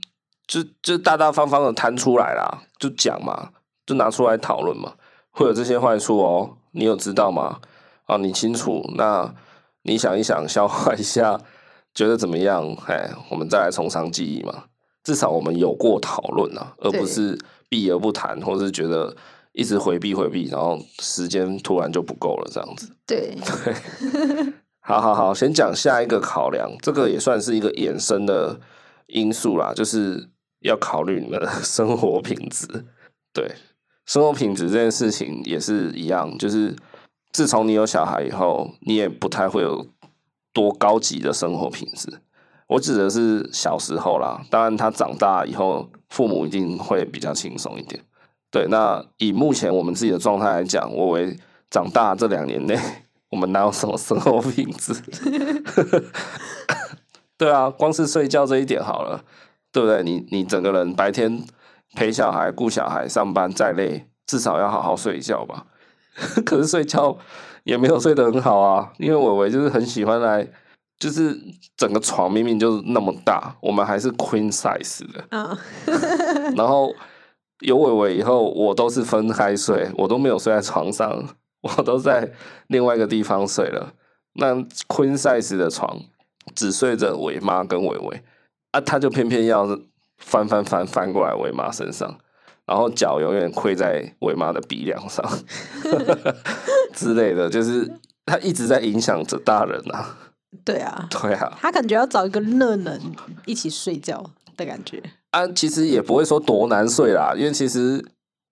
Speaker 1: 就就大大方方的摊出来啦，就讲嘛，就拿出来讨论嘛，会有这些坏处哦，你有知道吗？啊，你清楚？那你想一想，消化一下，觉得怎么样？哎，我们再来从商记忆嘛。至少我们有过讨论啊，而不
Speaker 2: 对
Speaker 1: 是避而不谈，或是觉得一直回避回避，然后时间突然就不够了这样子。
Speaker 2: 对，
Speaker 1: 好好好，先讲下一个考量，这个也算是一个衍生的因素啦，就是要考虑你们的 生活品质。对，生活品质这件事情也是一样，就是自从你有小孩以后，你也不太会有多高级的生活品质。我指的是小时候啦，当然他长大以后，父母一定会比较轻松一点。对，那以目前我们自己的状态来讲，我为长大这两年内，我们哪有什么生活品质？ 对啊，光是睡觉这一点好了，对不对？你你整个人白天陪小孩、顾小孩、上班再累，至少要好好睡一觉吧。 可是睡觉也没有睡得很好啊，因为伟伟就是很喜欢来，就是整个床明明就是那么大，我们还是 queen size 的，
Speaker 2: 嗯，
Speaker 1: 然后有伟伟以后，我都是分开睡，我都没有睡在床上，我都在另外一个地方睡了。那 queen size 的床只睡着伟妈跟伟伟，啊，他就偏偏要翻翻翻翻过来伟妈身上，然后脚永远跪在伟妈的鼻梁上 之类的，就是他一直在影响着大人啊，
Speaker 2: 对啊，
Speaker 1: 对啊。
Speaker 2: 他感觉要找一个热能一起睡觉的感觉，
Speaker 1: 啊，其实也不会说多难睡啦，因为其实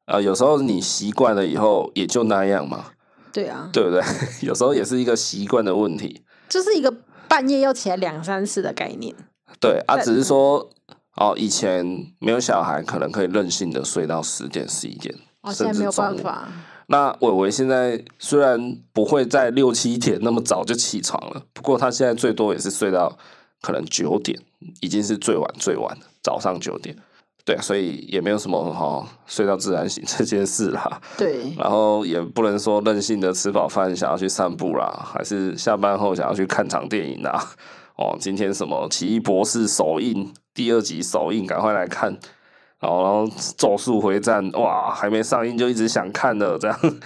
Speaker 1: 呃，有时候你习惯了以后也就那样嘛。
Speaker 2: 对啊，
Speaker 1: 对不 对？有时候也是一个习惯的问题。
Speaker 2: 就是一个半夜要起来两三次的概念。
Speaker 1: 对啊，
Speaker 2: 对
Speaker 1: 只是说哦，以前没有小孩，可能可以任性的睡到十点、十一点，
Speaker 2: 哦，现
Speaker 1: 甚
Speaker 2: 在
Speaker 1: 至
Speaker 2: 没有
Speaker 1: 中
Speaker 2: 办
Speaker 1: 午。
Speaker 2: 法，
Speaker 1: 那伟伟现在虽然不会在六七点那么早就起床了，不过他现在最多也是睡到可能九点，已经是最晚最晚的早上九点。对啊，所以也没有什么哈、哦、睡到自然醒这件事啦。
Speaker 2: 对，
Speaker 1: 然后也不能说任性的吃饱饭想要去散步啦，还是下班后想要去看场电影啦。 哦，今天什么《奇异博士》首映第二集首映，赶快来看。然后，然后《咒术回战》哇，还没上映就一直想看的，这样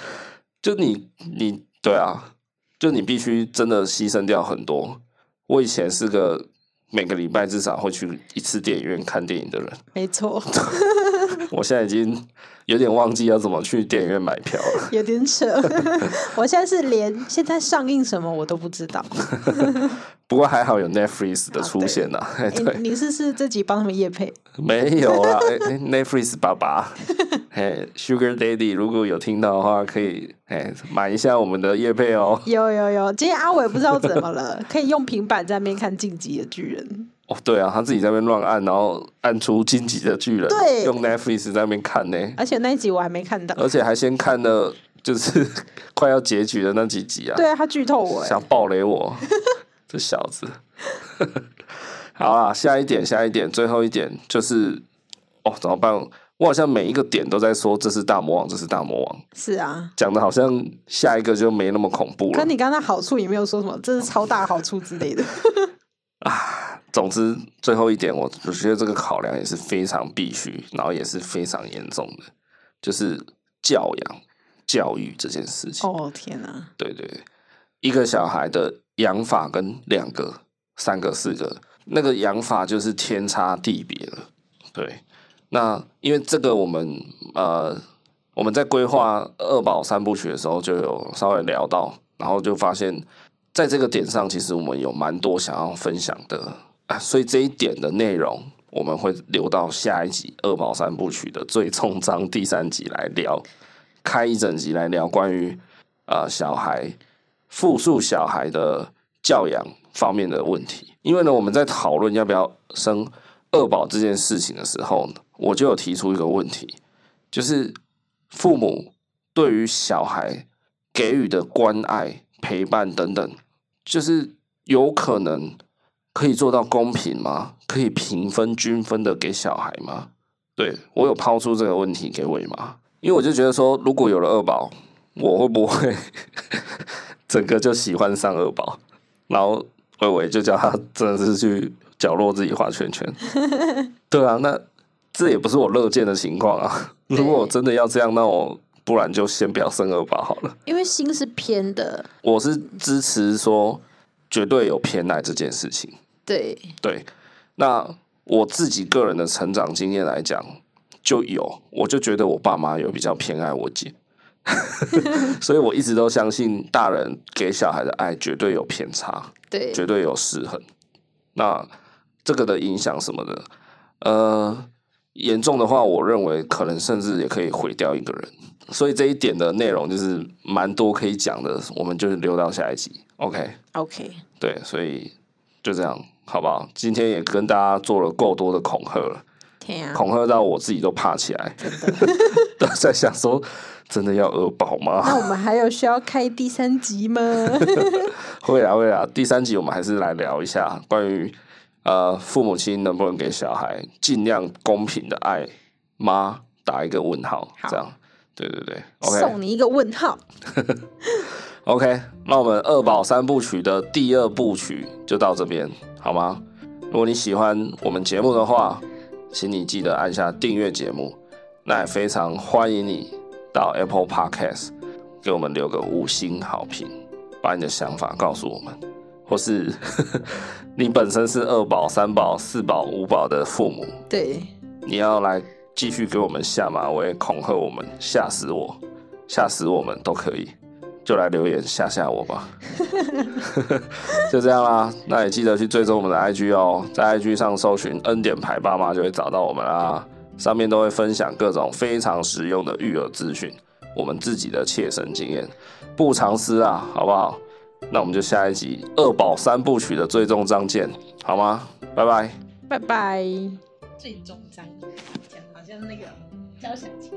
Speaker 1: 就你你对啊，就你必须真的牺牲掉很多。我以前是个每个礼拜至少会去一次电影院看电影的人，
Speaker 2: 没 错，
Speaker 1: 我现在已经有点忘记要怎么去电影院买票了。
Speaker 2: 有点 扯。我现在是连现在上映什么我都不知道。
Speaker 1: 不过还好有 Netflix 的出现呐、哎、
Speaker 2: 诶
Speaker 1: 对，
Speaker 2: 你是是自己帮他们夜配？
Speaker 1: 没有啦、哎哎 Netflix 爸爸，哎，Sugar Daddy，如果有听到的话，可以哎买一下我们的叶配哦。
Speaker 2: 有有有，今天阿伟不知道怎么了，可以用平板在那边看《晋级的巨人
Speaker 1: 哦，对啊，他自己在那边乱按，然后按出《荆棘的巨人》，
Speaker 2: 对
Speaker 1: 用 Netflix 在那边看呢、》，
Speaker 2: 而且那一集我还没看到。
Speaker 1: 而且还先看了就是 快要结局的那几集啊，
Speaker 2: 对啊，他剧透我诶，
Speaker 1: 想暴雷 我，这小子。 好啦，下一点，下一点，最后一点就是，哦，怎么办？我好像每一个点都在说这是大魔王，这是大魔王，
Speaker 2: 是啊。
Speaker 1: 讲的好像下一个就没那么恐怖
Speaker 2: 可
Speaker 1: 了。
Speaker 2: 你刚刚好处也没有说什么，这是超大好处之类的。
Speaker 1: 总之，最后一点，我我觉得这个考量也是非常必须，然后也是非常严重的，就是教养、教育这件事情。
Speaker 2: 哦天哪，
Speaker 1: 对对，对一个小孩的养法跟两个、三个、四个，那个养法就是天差地别了。对，那因为这个我们呃我们在规划二宝三部曲的时候就有稍微聊到，然后就发现在这个点上，其实我们有蛮多想要分享的啊，所以这一点的内容。我们会留到下一集《二宝三部曲》的最终章第三集来聊，开一整集来聊关于呃小孩复述小孩的教养方面的问题。因为呢，我们在讨论要不要生二宝这件事情的时候呢，我就有提出一个问题，就是父母对于小孩给予的关爱、陪伴等等，就是有可能可以做到公平吗？可以平分均分的给小孩吗？对我有抛出这个问题给伟妈，因为我就觉得说，如果有了二宝，我会不会 整个就喜欢上二宝？然后伟伟就叫他真的是去角落自己画圈圈。对啊，那这也不是我乐见的情况啊。如果我真的要这样，那我不然就先不要生二宝好了。
Speaker 2: 因为心是偏的，
Speaker 1: 我是支持说绝对有偏爱这件事情。
Speaker 2: 对，
Speaker 1: 对，那我自己个人的成长经验来讲，就有，我就觉得我爸妈有比较偏爱我姐， 所以我一直都相信大人给小孩的爱绝对有偏差，
Speaker 2: 对，
Speaker 1: 绝对有失衡。那这个的影响什么的，呃，严重的话，我认为可能甚至也可以毁掉一个人。所以这一点的内容就是蛮多可以讲的，我们就是留到下一集。OK，
Speaker 2: OK，
Speaker 1: 对，所以就这样，好不好？今天也跟大家做了够多的恐吓了，
Speaker 2: 天啊！
Speaker 1: 恐吓到我自己都怕起来， 都在想说，真的要恶保吗？
Speaker 2: 那我们还有需要开第三集吗？
Speaker 1: 会啊，会啊。第三集我们还是来聊一下关于呃父母亲能不能给小孩尽量公平的爱吗？打一个问号，
Speaker 2: 好
Speaker 1: 这样。对对对
Speaker 2: 送
Speaker 1: ，OK
Speaker 2: 你一个问号。
Speaker 1: OK，那我们二宝三部曲的第二部曲就到这边，好吗？如果你喜欢我们节目的话，请你记得按下订阅节目。那也非常欢迎你到 Apple Podcast 给我们留个五星好评，把你的想法告诉我们，或是 你本身是二宝、三宝、四宝、五宝的父母，
Speaker 2: 对，
Speaker 1: 你要来继续给我们下马威，恐吓我们，吓死我，吓死我们都可以，就来留言吓吓我吧。 就这样啦，那也记得去追踪我们的 IG 哦，在 IG 上搜寻“恩典牌爸妈”就会找到我们啦，上面都会分享各种非常实用的育儿资讯，我们自己的切身经验，不藏私啊，好不好？那我们就下一集二宝三部曲的最终章见，好吗？拜拜。
Speaker 2: 拜拜。
Speaker 3: 最终章，讲好像那个交响曲。